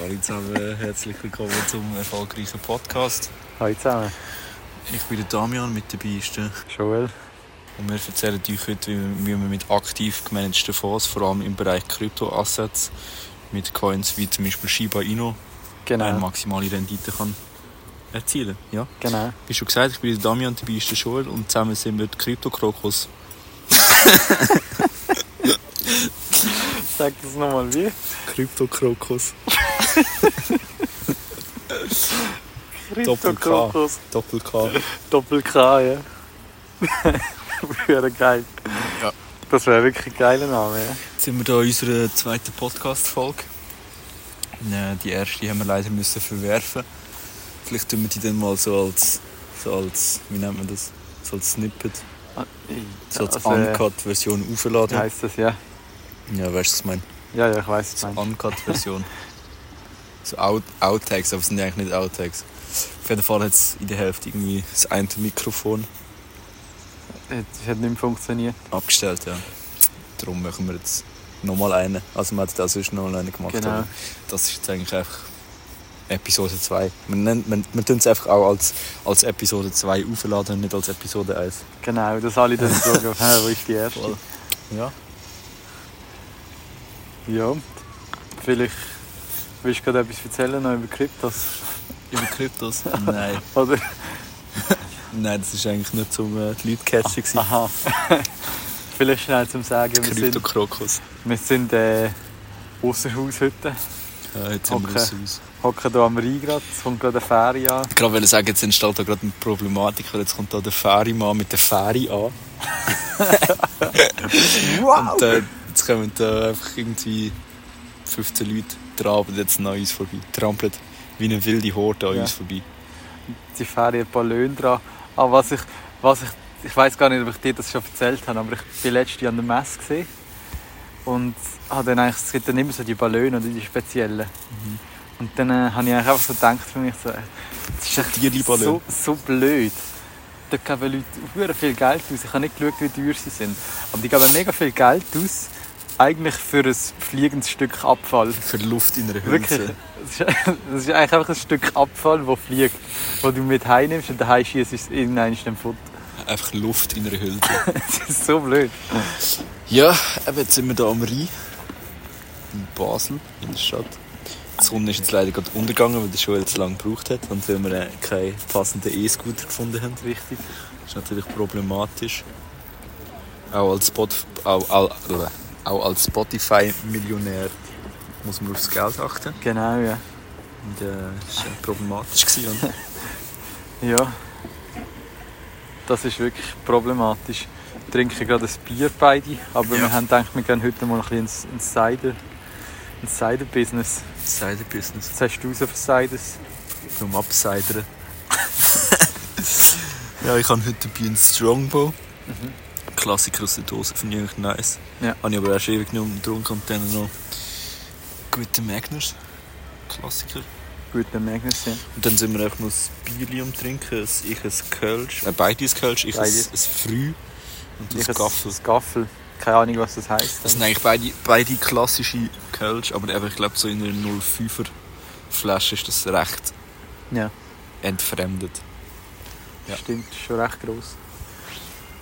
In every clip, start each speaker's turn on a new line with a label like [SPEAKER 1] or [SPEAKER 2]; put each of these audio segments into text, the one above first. [SPEAKER 1] Hallo zusammen, herzlich willkommen zum erfolgreichen Podcast.
[SPEAKER 2] Hallo zusammen.
[SPEAKER 1] Ich bin der Damian, mit dabei ist der
[SPEAKER 2] Joel.
[SPEAKER 1] und wir erzählen euch heute, wie, wie man mit aktiv gemanagten Fonds, vor allem im Bereich Kryptoassets, mit Coins wie zum Beispiel Shiba Inu,
[SPEAKER 2] Genau.
[SPEAKER 1] eine maximale Rendite kann erzielen. Ja?
[SPEAKER 2] Genau.
[SPEAKER 1] Wie schon gesagt, ich bin der Damian, dabei ist der Joel und zusammen sind wir die Krypto-Krokos.
[SPEAKER 2] Sag das nochmal wie.
[SPEAKER 1] Krypto-Krokos. Doppel K.
[SPEAKER 2] Kryptokokos.
[SPEAKER 1] Doppel-K.
[SPEAKER 2] Doppel K, ja. Wäre geil.
[SPEAKER 1] Ja.
[SPEAKER 2] Das wäre wirklich ein geiler Name, ja.
[SPEAKER 1] sind wir da in unserer zweiten Podcast-Folge. Äh, Die erste haben wir leider müssen verwerfen. Vielleicht tun wir die dann mal so als, so als wie nennt man das? So als Snippet, so als Uncut-Version
[SPEAKER 2] also, Wie
[SPEAKER 1] aufladen.
[SPEAKER 2] heisst das, äh, ja?
[SPEAKER 1] Ja, weißt du, was ich meine?
[SPEAKER 2] Ja, ja, ich weiß es
[SPEAKER 1] So
[SPEAKER 2] nicht.
[SPEAKER 1] Uncut-Version. so Out Outtakes, aber es sind eigentlich nicht Outtakes. Auf jeden Fall hat es in der Hälfte irgendwie das eine Mikrofon
[SPEAKER 2] Das hat nicht mehr funktioniert.
[SPEAKER 1] abgestellt, ja. Darum machen wir jetzt nochmal einen. Also man hat auch sonst noch einen gemacht.
[SPEAKER 2] Genau.
[SPEAKER 1] aber Das ist jetzt eigentlich einfach Episode 2. Wir, nennen- wir, wir tun es einfach auch als, als Episode 2 aufladen und nicht als Episode 1.
[SPEAKER 2] Genau, dass alle dann fragen, hä, wo ist die erste?
[SPEAKER 1] Ja.
[SPEAKER 2] Ja. Vielleicht willst du gerade etwas erzählen noch über Kryptos,
[SPEAKER 1] Über Kryptos? Nein.
[SPEAKER 2] oder?
[SPEAKER 1] Nein, das ist eigentlich nur zum äh, die Leute catchen. gewesen.
[SPEAKER 2] Aha. Vielleicht schnell zum Sagen, wir sind,
[SPEAKER 1] Krypto-Krokus.
[SPEAKER 2] wir sind äh, außer Haus heute.
[SPEAKER 1] Ja, jetzt sind
[SPEAKER 2] Okay.
[SPEAKER 1] wir raus. raus.
[SPEAKER 2] hocken hier am Rhein gerade, es kommt gerade eine Fähre an.
[SPEAKER 1] Ich wollte gerade sagen, jetzt entsteht da gerade eine Problematik, weil jetzt kommt da der Ferimann mit der Fähre an. Und äh, jetzt kommen da einfach irgendwie 15 Leute traben jetzt an uns vorbei. Trampeln wie eine wilde Horde an
[SPEAKER 2] Ja.
[SPEAKER 1] uns vorbei.
[SPEAKER 2] Die Fähre hat Ballon dran. Aber was ich, was ich, ich weiß gar nicht, ob ich dir das schon erzählt habe, aber ich bin letztes Jahr an der Messe gesehen und habe dann eigentlich, es gibt dann immer so die Ballone oder die speziellen. Und dann äh, habe ich eigentlich einfach so gedacht für mich so, äh, das ist echt
[SPEAKER 1] Tierli-Ballon.
[SPEAKER 2] so, so blöd. Da geben Leute hure viel Geld aus. Ich habe nicht geschaut, wie teuer sie sind. Aber die geben mega viel Geld aus, eigentlich für ein fliegendes Stück Abfall.
[SPEAKER 1] Für die Luft in einer
[SPEAKER 2] Wirklich.
[SPEAKER 1] Hülse.
[SPEAKER 2] Das ist, das ist eigentlich einfach ein Stück Abfall, das fliegt, das du mit heimnimmst und daheim schießt es in einen Foot.
[SPEAKER 1] Einfach Luft in einer Hülse.
[SPEAKER 2] Das ist so blöd.
[SPEAKER 1] ja, eben, jetzt sind wir hier am Rhein. In Basel, in der Stadt. Die Sonne ist jetzt leider gerade untergegangen, weil der Schule zu lange gebraucht hat und weil wir äh, keinen passenden E-Scooter gefunden haben.
[SPEAKER 2] Richtig.
[SPEAKER 1] Das ist natürlich problematisch. Auch als, Spot, auch, auch, auch als Spotify-Millionär muss man aufs Geld achten.
[SPEAKER 2] Genau, ja.
[SPEAKER 1] Und, äh, das war problematisch. Gewesen, oder?
[SPEAKER 2] Ja. Das ist wirklich problematisch. Wir trinken gerade ein Bier beide, aber
[SPEAKER 1] Ja.
[SPEAKER 2] wir haben gedacht, wir gehen heute mal ein bisschen ins, ins Cider. Ins Cider-Business.
[SPEAKER 1] Cider-Business.
[SPEAKER 2] Was hast du raus für Ciders?
[SPEAKER 1] Zum Abseidern. ja, ich habe heute dabei einen Strongbow. Klassiker aus der Dose, finde ich eigentlich nice.
[SPEAKER 2] Mhm. Ja.
[SPEAKER 1] Habe ich aber auch schon ewig genommen getrunken und dann noch gute Magners. Klassiker.
[SPEAKER 2] Gut, dann merken wir es ja.
[SPEAKER 1] Und dann sind wir einfach noch ein Bierli am Trinken, ein- ich ein Kölsch, äh, beide ein Kölsch, ich ein, ein
[SPEAKER 2] Beide.
[SPEAKER 1] Früh und
[SPEAKER 2] Ich
[SPEAKER 1] ein Gaffel.
[SPEAKER 2] Das Gaffel. Keine Ahnung, was das heisst.
[SPEAKER 1] Das sind eigentlich beide, beide klassische Kölsch, aber eben, ich glaube so in einer 05er Flasche ist das recht
[SPEAKER 2] Ja.
[SPEAKER 1] entfremdet. Ja. Mhm.
[SPEAKER 2] Stimmt, ist schon recht gross.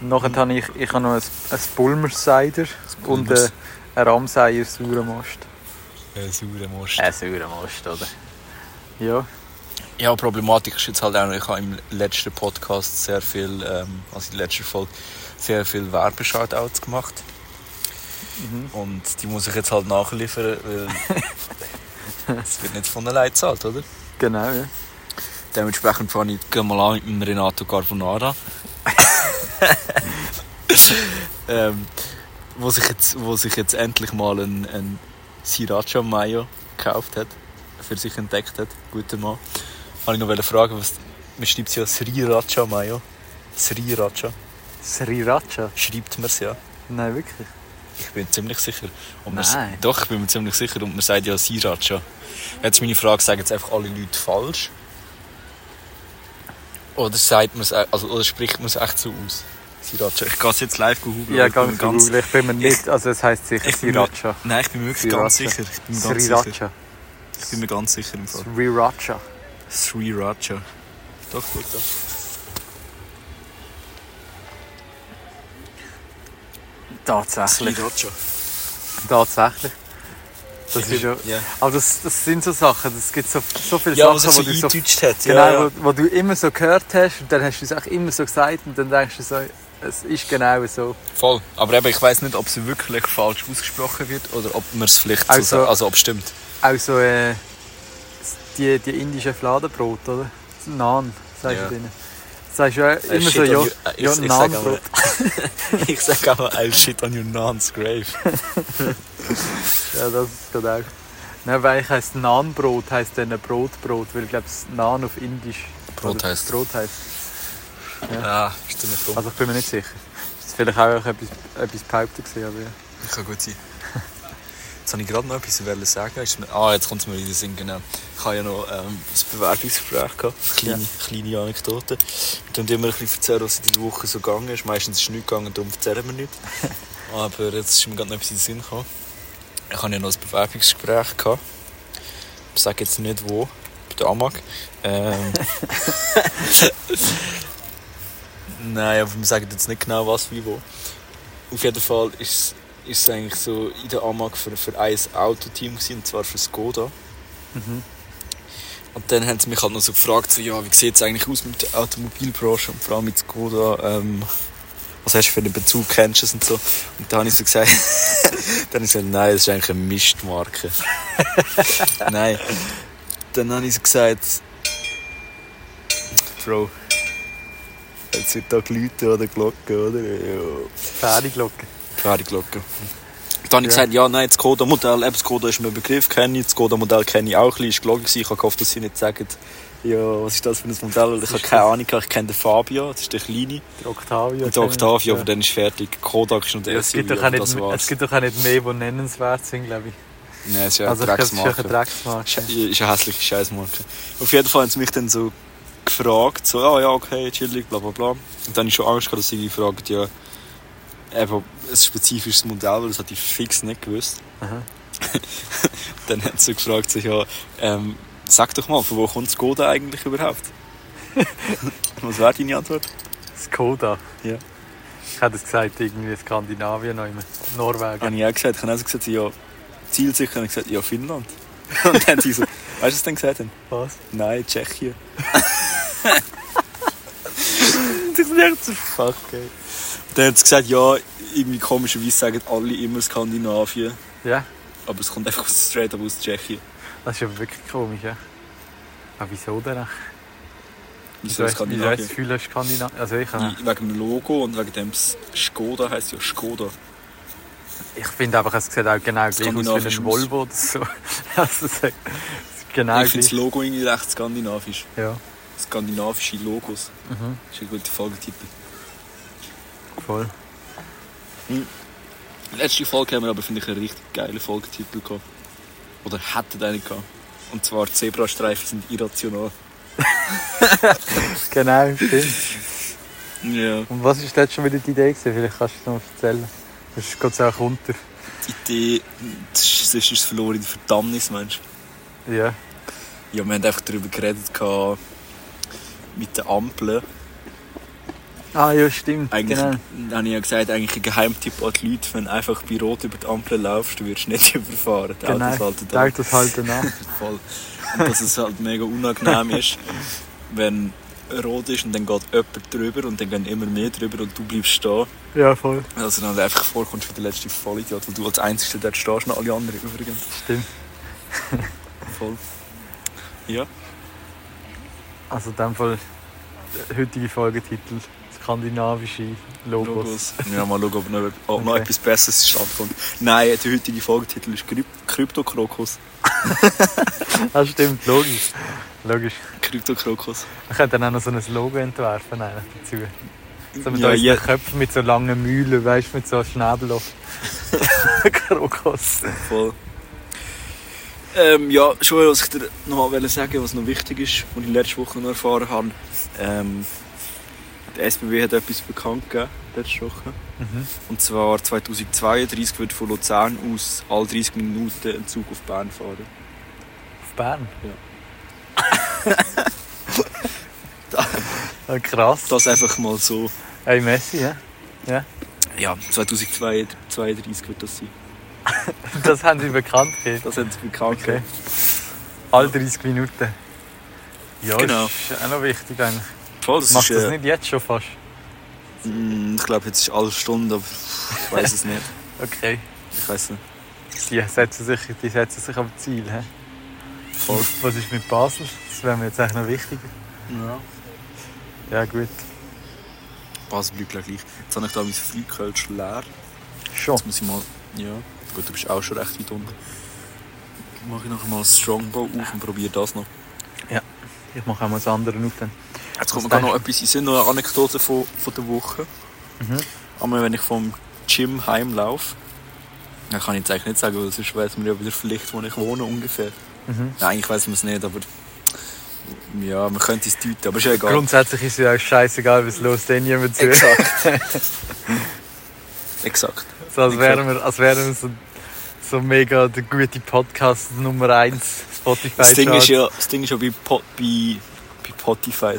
[SPEAKER 2] Und nachher habe ich, ich habe noch ein, ein Bulmer Cider und äh,
[SPEAKER 1] Bulmers.
[SPEAKER 2] ein Ramseier Sauermost.
[SPEAKER 1] Äh, saure Most.
[SPEAKER 2] Sauermost, oder? Ja,
[SPEAKER 1] Ja, Problematik ist jetzt halt auch noch, ich habe im letzten Podcast sehr viel, ähm, also in der letzten Folge, sehr viel Werbeschaltouts gemacht.
[SPEAKER 2] mhm.
[SPEAKER 1] Und die muss ich jetzt halt nachliefern, weil es wird nicht von allein gezahlt, oder?
[SPEAKER 2] genau. Ja.
[SPEAKER 1] Dementsprechend fange ich geh mal an mit dem Renato Carbonara. ähm, wo, sich jetzt, wo sich jetzt endlich mal ein, ein Sriracha Mayo gekauft hat, für sich entdeckt hat. Guter Mann. Habe ich noch eine Frage, was, man schreibt es ja Sriracha Mayo. Sriracha.
[SPEAKER 2] Sriracha?
[SPEAKER 1] Schreibt man es ja?
[SPEAKER 2] Nein, wirklich.
[SPEAKER 1] Ich bin ziemlich sicher. Und man-
[SPEAKER 2] Nein.
[SPEAKER 1] Doch, ich bin mir ziemlich sicher. Und man sagt ja Sriracha. Jetzt ist meine Frage, sagen jetzt einfach alle Leute falsch? Oder, sagt man's, e- also, oder spricht man es echt so aus? Sriracha. Ich gehe es jetzt live googeln.
[SPEAKER 2] Ja,
[SPEAKER 1] ich bin mir
[SPEAKER 2] ganz
[SPEAKER 1] ganz-
[SPEAKER 2] gut. Ich bin mir nicht. Also, es heisst sicher
[SPEAKER 1] ich bin mir-
[SPEAKER 2] Sriracha.
[SPEAKER 1] Nein, ich bin mir wirklich ganz
[SPEAKER 2] Sriracha.
[SPEAKER 1] sicher. Ich bin mir ganz sicher.
[SPEAKER 2] Sriracha.
[SPEAKER 1] Ich bin mir ganz sicher im Fall.
[SPEAKER 2] Sriracha.
[SPEAKER 1] Sriracha. Doch, gut, doch.
[SPEAKER 2] Tatsächlich.
[SPEAKER 1] Sriracha.
[SPEAKER 2] Tatsächlich. Das ist ja,
[SPEAKER 1] Ja,
[SPEAKER 2] aber das, das sind so Sachen, es gibt so, so viele
[SPEAKER 1] ja was
[SPEAKER 2] Sachen,
[SPEAKER 1] er so
[SPEAKER 2] wo du so,
[SPEAKER 1] eingedeutscht hat.
[SPEAKER 2] genau,
[SPEAKER 1] ja, ja.
[SPEAKER 2] Wo, wo du immer so gehört hast und dann hast du es auch immer so gesagt und dann denkst du so, es ist genau so.
[SPEAKER 1] Voll. Aber eben, ich weiß nicht, ob es wirklich falsch ausgesprochen wird oder ob man es vielleicht
[SPEAKER 2] Also-
[SPEAKER 1] so sagt. Also, ob es stimmt.
[SPEAKER 2] Auch so äh, die, die indischen Fladenbrot, oder? Naan, sagst
[SPEAKER 1] Ja.
[SPEAKER 2] du denen. Sagst du auch immer so,
[SPEAKER 1] shit
[SPEAKER 2] ja,
[SPEAKER 1] on you- äh, ich-
[SPEAKER 2] ja
[SPEAKER 1] ich sag aber-
[SPEAKER 2] Naanbrot.
[SPEAKER 1] Ich sage aber, I'll shit on your nan's grave.
[SPEAKER 2] Ja, das ist gerade auch. Nein, weil ich heisst Naanbrot, heisst dann Brotbrot, weil ich glaube, Naan auf Indisch
[SPEAKER 1] Brot
[SPEAKER 2] oder
[SPEAKER 1] heisst.
[SPEAKER 2] Brot heisst.
[SPEAKER 1] Ah, ist ziemlich dumm.
[SPEAKER 2] Also ich bin mir nicht sicher. Das ist vielleicht auch etwas, etwas behauptet gewesen, aber ja.
[SPEAKER 1] Ich kann gut sein. Jetzt habe ich gerade noch etwas wollen sagen. Ist mir, ah, jetzt kommt es mir in den Sinn, genau. Ich habe ja noch ähm, ein Bewerbungsgespräch gehabt. Kleine, kleine Anekdote. Wir tun immer ein bisschen erzählen, was in dieser Woche so gegangen ist. Meistens ist nichts gegangen, darum erzählen wir nichts. Aber jetzt ist mir gerade noch etwas in den Sinn gekommen. Ich habe ja noch ein Bewerbungsgespräch gehabt. Ich sage jetzt nicht wo. Bei der AMAG. Ähm. Nein, aber wir sagen jetzt nicht genau was, wie, wo. Auf jeden Fall ist, ist es eigentlich so in der Amag für, für ein Autoteam, gewesen, und zwar für Skoda.
[SPEAKER 2] Mhm.
[SPEAKER 1] Und dann haben sie mich halt noch so gefragt, so, ja, wie sieht es eigentlich aus mit der Automobilbranche und vor allem mit Skoda, ähm, was hast du für einen Bezug, kennst du es und so. Und dann habe ich so gesagt, dann habe ich gesagt, nein, das ist eigentlich eine Mistmarke. nein. Dann habe ich so gesagt, Bro, jetzt wird da geläutet oder Glocken, oder? Ja.
[SPEAKER 2] Feriglocke.
[SPEAKER 1] Pferdeglocke. Dann habe ich
[SPEAKER 2] Ja.
[SPEAKER 1] gesagt, ja, nein, das Skoda-Modell, eben das Skoda ist mir ein Begriff, kenne ich, das Skoda-Modell kenne ich auch ein bisschen, ist gelogen gewesen. Ich habe gehofft, dass sie nicht sagen, ja, was ist das für ein Modell, weil ich habe
[SPEAKER 2] ist
[SPEAKER 1] keine Ahnung, gehabt. ich kenne den Fabia, das ist der Kleine,
[SPEAKER 2] Der Octavia.
[SPEAKER 1] und den Octavia,
[SPEAKER 2] Ja.
[SPEAKER 1] aber dann ist fertig, Kodak ist noch der
[SPEAKER 2] Ja, es,
[SPEAKER 1] erste,
[SPEAKER 2] gibt doch auch nicht,
[SPEAKER 1] also das war's.
[SPEAKER 2] es gibt doch auch nicht mehr, die nennenswert sind, glaube ich.
[SPEAKER 1] Nein, es ist ja also
[SPEAKER 2] also ich glaube, es ist auch
[SPEAKER 1] Drecksmarke.
[SPEAKER 2] eine Drecksmarke.
[SPEAKER 1] Sche- ist eine hässliche Scheißmarke. Auf jeden Fall haben sie mich dann so gefragt, so, ah ja, okay, chillig, bla bla bla. Und dann habe ich schon Angst gehabt, dass sie irgendwie gefragt, ja, eben ein spezifisches Modell, weil das hatte ich fix nicht gewusst.
[SPEAKER 2] Aha.
[SPEAKER 1] dann hat sie gefragt, so, ja, ähm, sag doch mal, von wo kommt Skoda eigentlich überhaupt? Was wäre deine Antwort?
[SPEAKER 2] Skoda.
[SPEAKER 1] Ja.
[SPEAKER 2] Ich hätte es gesagt, irgendwie Skandinavien noch immer.
[SPEAKER 1] Habe
[SPEAKER 2] Norwegen.
[SPEAKER 1] ich auch gesagt, ich habe auch so gesagt, so, ja, zielsicher, habe ich gesagt, ja, Finnland. Und dann haben sie so, weißt du, was sie dann gesagt haben?
[SPEAKER 2] Was?
[SPEAKER 1] Nein, Tschechien. Und ich dachte so, fuck, ey. Dann hat sie gesagt, ja, irgendwie komischerweise sagen alle immer Skandinavien,
[SPEAKER 2] Ja,
[SPEAKER 1] aber es kommt einfach straight up aus Tschechien.
[SPEAKER 2] das ist aber wirklich komisch, ja. Aber wieso denn?
[SPEAKER 1] Wieso
[SPEAKER 2] hast- wieso hast du
[SPEAKER 1] Skandinavien? Hm.
[SPEAKER 2] das Gefühl, Skandinavien? Also ich, habe-
[SPEAKER 1] Wegen dem Logo und wegen dem S- Skoda heisst ja Skoda.
[SPEAKER 2] ich finde einfach, es sieht auch genau gleich aus wie
[SPEAKER 1] Skandinavisch
[SPEAKER 2] ein
[SPEAKER 1] aus.
[SPEAKER 2] Volvo oder so. Also, es ist genau
[SPEAKER 1] ich finde das
[SPEAKER 2] gleich.
[SPEAKER 1] Logo irgendwie recht skandinavisch.
[SPEAKER 2] Ja.
[SPEAKER 1] Skandinavische Logos.
[SPEAKER 2] Mhm.
[SPEAKER 1] Das ist ein guter Folgetitel.
[SPEAKER 2] Voll.
[SPEAKER 1] Letzte Folge haben wir aber, finde ich, einen richtig geilen Folgetitel gehabt. Oder hätten einen gehabt. Und zwar Zebrastreifen sind irrational.
[SPEAKER 2] Genau, stimmt.
[SPEAKER 1] Ja.
[SPEAKER 2] Und was war letztes schon wieder die Idee? Gewesen? Vielleicht kannst du es noch erzählen. Das geht es auch runter.
[SPEAKER 1] Die Idee, das ist- sonst ist es verloren in der Verdammnis, Mensch.
[SPEAKER 2] Ja.
[SPEAKER 1] Ja, wir haben einfach darüber geredet, gehabt, mit den Ampeln.
[SPEAKER 2] Ah ja, stimmt.
[SPEAKER 1] Eigentlich
[SPEAKER 2] Genau.
[SPEAKER 1] dann habe ich ja gesagt, eigentlich ein Geheimtipp an die Leute, wenn du einfach bei Rot über die Ampel laufst, du wirst nicht überfahren. Die
[SPEAKER 2] Genau.
[SPEAKER 1] Autos halten
[SPEAKER 2] Die Autos halten an.
[SPEAKER 1] Voll. Und dass es halt mega unangenehm ist, wenn rot ist und dann geht jemand drüber und dann gehen immer mehr drüber und du bleibst stehen.
[SPEAKER 2] Ja, voll.
[SPEAKER 1] Also dann einfach vorkommst wie der letzte Vollidiot, weil du als Einzige dort stehst und alle anderen übrigens.
[SPEAKER 2] Stimmt.
[SPEAKER 1] Voll. Ja,
[SPEAKER 2] Also in dem Fall, der heutige Folgetitel: Skandinavische Logos.
[SPEAKER 1] Logos. Ja, mal schauen, ob noch, ob noch
[SPEAKER 2] Okay.
[SPEAKER 1] etwas Besseres stattkommt. Nein, der heutige Folgetitel ist Kryp- Kryptokrokus.
[SPEAKER 2] Ah, stimmt, logisch. Logisch.
[SPEAKER 1] Kryptokrokus.
[SPEAKER 2] Wir könnten dann auch noch so ein Logo entwerfen eigentlich dazu. So mit
[SPEAKER 1] Ja,
[SPEAKER 2] unseren
[SPEAKER 1] ja.
[SPEAKER 2] Köpfen mit so langen Mühlen, weißt du, mit so Schnäbel auf. Krokos.
[SPEAKER 1] Voll. Ähm, ja, schon was ich dir noch wollte sagen was noch wichtig ist, was ich letzte Woche noch erfahren habe. Ähm, der SBB hat etwas bekannt gegeben, letzte Woche.
[SPEAKER 2] Mhm.
[SPEAKER 1] Und zwar 2032 wird von Luzern aus alle 30 Minuten ein Zug auf Bern fahren.
[SPEAKER 2] auf Bern?
[SPEAKER 1] Da-
[SPEAKER 2] Ja. Ah, Krass.
[SPEAKER 1] Das einfach mal so.
[SPEAKER 2] Hey Messi, ja?
[SPEAKER 1] Ja, 2032 wird das sein.
[SPEAKER 2] Das haben sie bekannt gegeben.
[SPEAKER 1] Das haben sie bekannt
[SPEAKER 2] Okay.
[SPEAKER 1] gegeben.
[SPEAKER 2] All 30 Minuten. Ja,
[SPEAKER 1] Genau.
[SPEAKER 2] ist auch noch wichtig eigentlich.
[SPEAKER 1] Voll, das
[SPEAKER 2] Macht
[SPEAKER 1] ist,
[SPEAKER 2] das
[SPEAKER 1] äh,
[SPEAKER 2] nicht jetzt schon fast?
[SPEAKER 1] mh, Ich glaube, jetzt ist alle Stunde, aber ich weiß es nicht.
[SPEAKER 2] Okay.
[SPEAKER 1] Ich weiß nicht.
[SPEAKER 2] Die setzen sich, die setzen sich am Ziel. He?
[SPEAKER 1] Voll.
[SPEAKER 2] Was ist mit Basel? Das wäre mir jetzt eigentlich noch wichtiger.
[SPEAKER 1] Ja.
[SPEAKER 2] Ja, gut.
[SPEAKER 1] Basel bleibt gleich. Jetzt habe ich da mein Flugkölsch leer.
[SPEAKER 2] Schon.
[SPEAKER 1] Jetzt muss ich mal. Ja. Gut, du bist auch schon recht weit unten. Mache ich nachher mal ein Strongbow auf und probiere das noch.
[SPEAKER 2] Ich mache auch mal das andere auf. Dann.
[SPEAKER 1] Jetzt kommt mir
[SPEAKER 2] Was
[SPEAKER 1] gerade noch etwas in den Sinn, noch eine Anekdote von, von der Woche.
[SPEAKER 2] Mhm.
[SPEAKER 1] Einmal, wenn ich vom Gym heimlaufe, dann kann ich jetzt eigentlich nicht sagen, weil sonst weiss man ja wieder vielleicht, wo ich wohne ungefähr.
[SPEAKER 2] Mhm.
[SPEAKER 1] Nein, eigentlich weiss man es nicht, aber ja, man könnte es deuten, aber ist ja egal.
[SPEAKER 2] Grundsätzlich ist es ja auch scheißegal, was los denn jemand zu.
[SPEAKER 1] Exakt. Exakt.
[SPEAKER 2] So, als wären wir, als wären wir so, so mega der gute Podcast Nummer 1 Spotify.
[SPEAKER 1] Das Ding,
[SPEAKER 2] Charts.
[SPEAKER 1] ist ja, das Ding ist ja bei, Pod, bei, bei Spotify,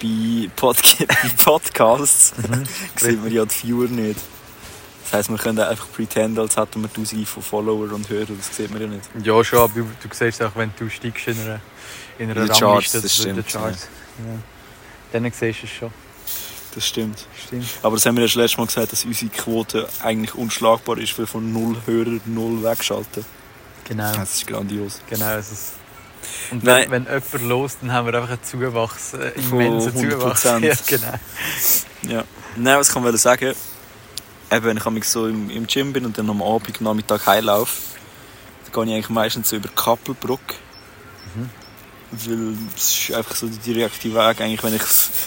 [SPEAKER 1] bei, Podca- bei Podcasts sieht man ja die Viewer nicht. Das heisst, man könnte einfach pretenden, als hätten wir tausende von Follower und Hörern, das sieht man ja nicht.
[SPEAKER 2] Ja, schon, aber du, du siehst auch, wenn du steigst in einer, in einer
[SPEAKER 1] In den
[SPEAKER 2] Rangliste
[SPEAKER 1] Charts, das
[SPEAKER 2] oder
[SPEAKER 1] stimmt,
[SPEAKER 2] Charts. Ja. Dann siehst du es schon.
[SPEAKER 1] Das stimmt.
[SPEAKER 2] Stimmt.
[SPEAKER 1] Aber das haben wir ja das letzte Mal gesagt, dass unsere Quote eigentlich unschlagbar ist, weil von null Hörer null wegschalten.
[SPEAKER 2] Genau.
[SPEAKER 1] Das ist grandios.
[SPEAKER 2] genau also es, und
[SPEAKER 1] Nein.
[SPEAKER 2] wenn, wenn jemand los, dann haben wir einfach einen Zuwachs, äh,
[SPEAKER 1] Von
[SPEAKER 2] immensen Zuwachs.
[SPEAKER 1] 100%.
[SPEAKER 2] Ja, genau.
[SPEAKER 1] Ja. Nein, was ich wollte sagen, eben, wenn ich manchmal so im, im Gym bin und dann am Abend, Nachmittag heimlaufe, dann gehe ich eigentlich meistens so über Kappelbruck. Weil es ist einfach so der direkte Weg, eigentlich, wenn ich,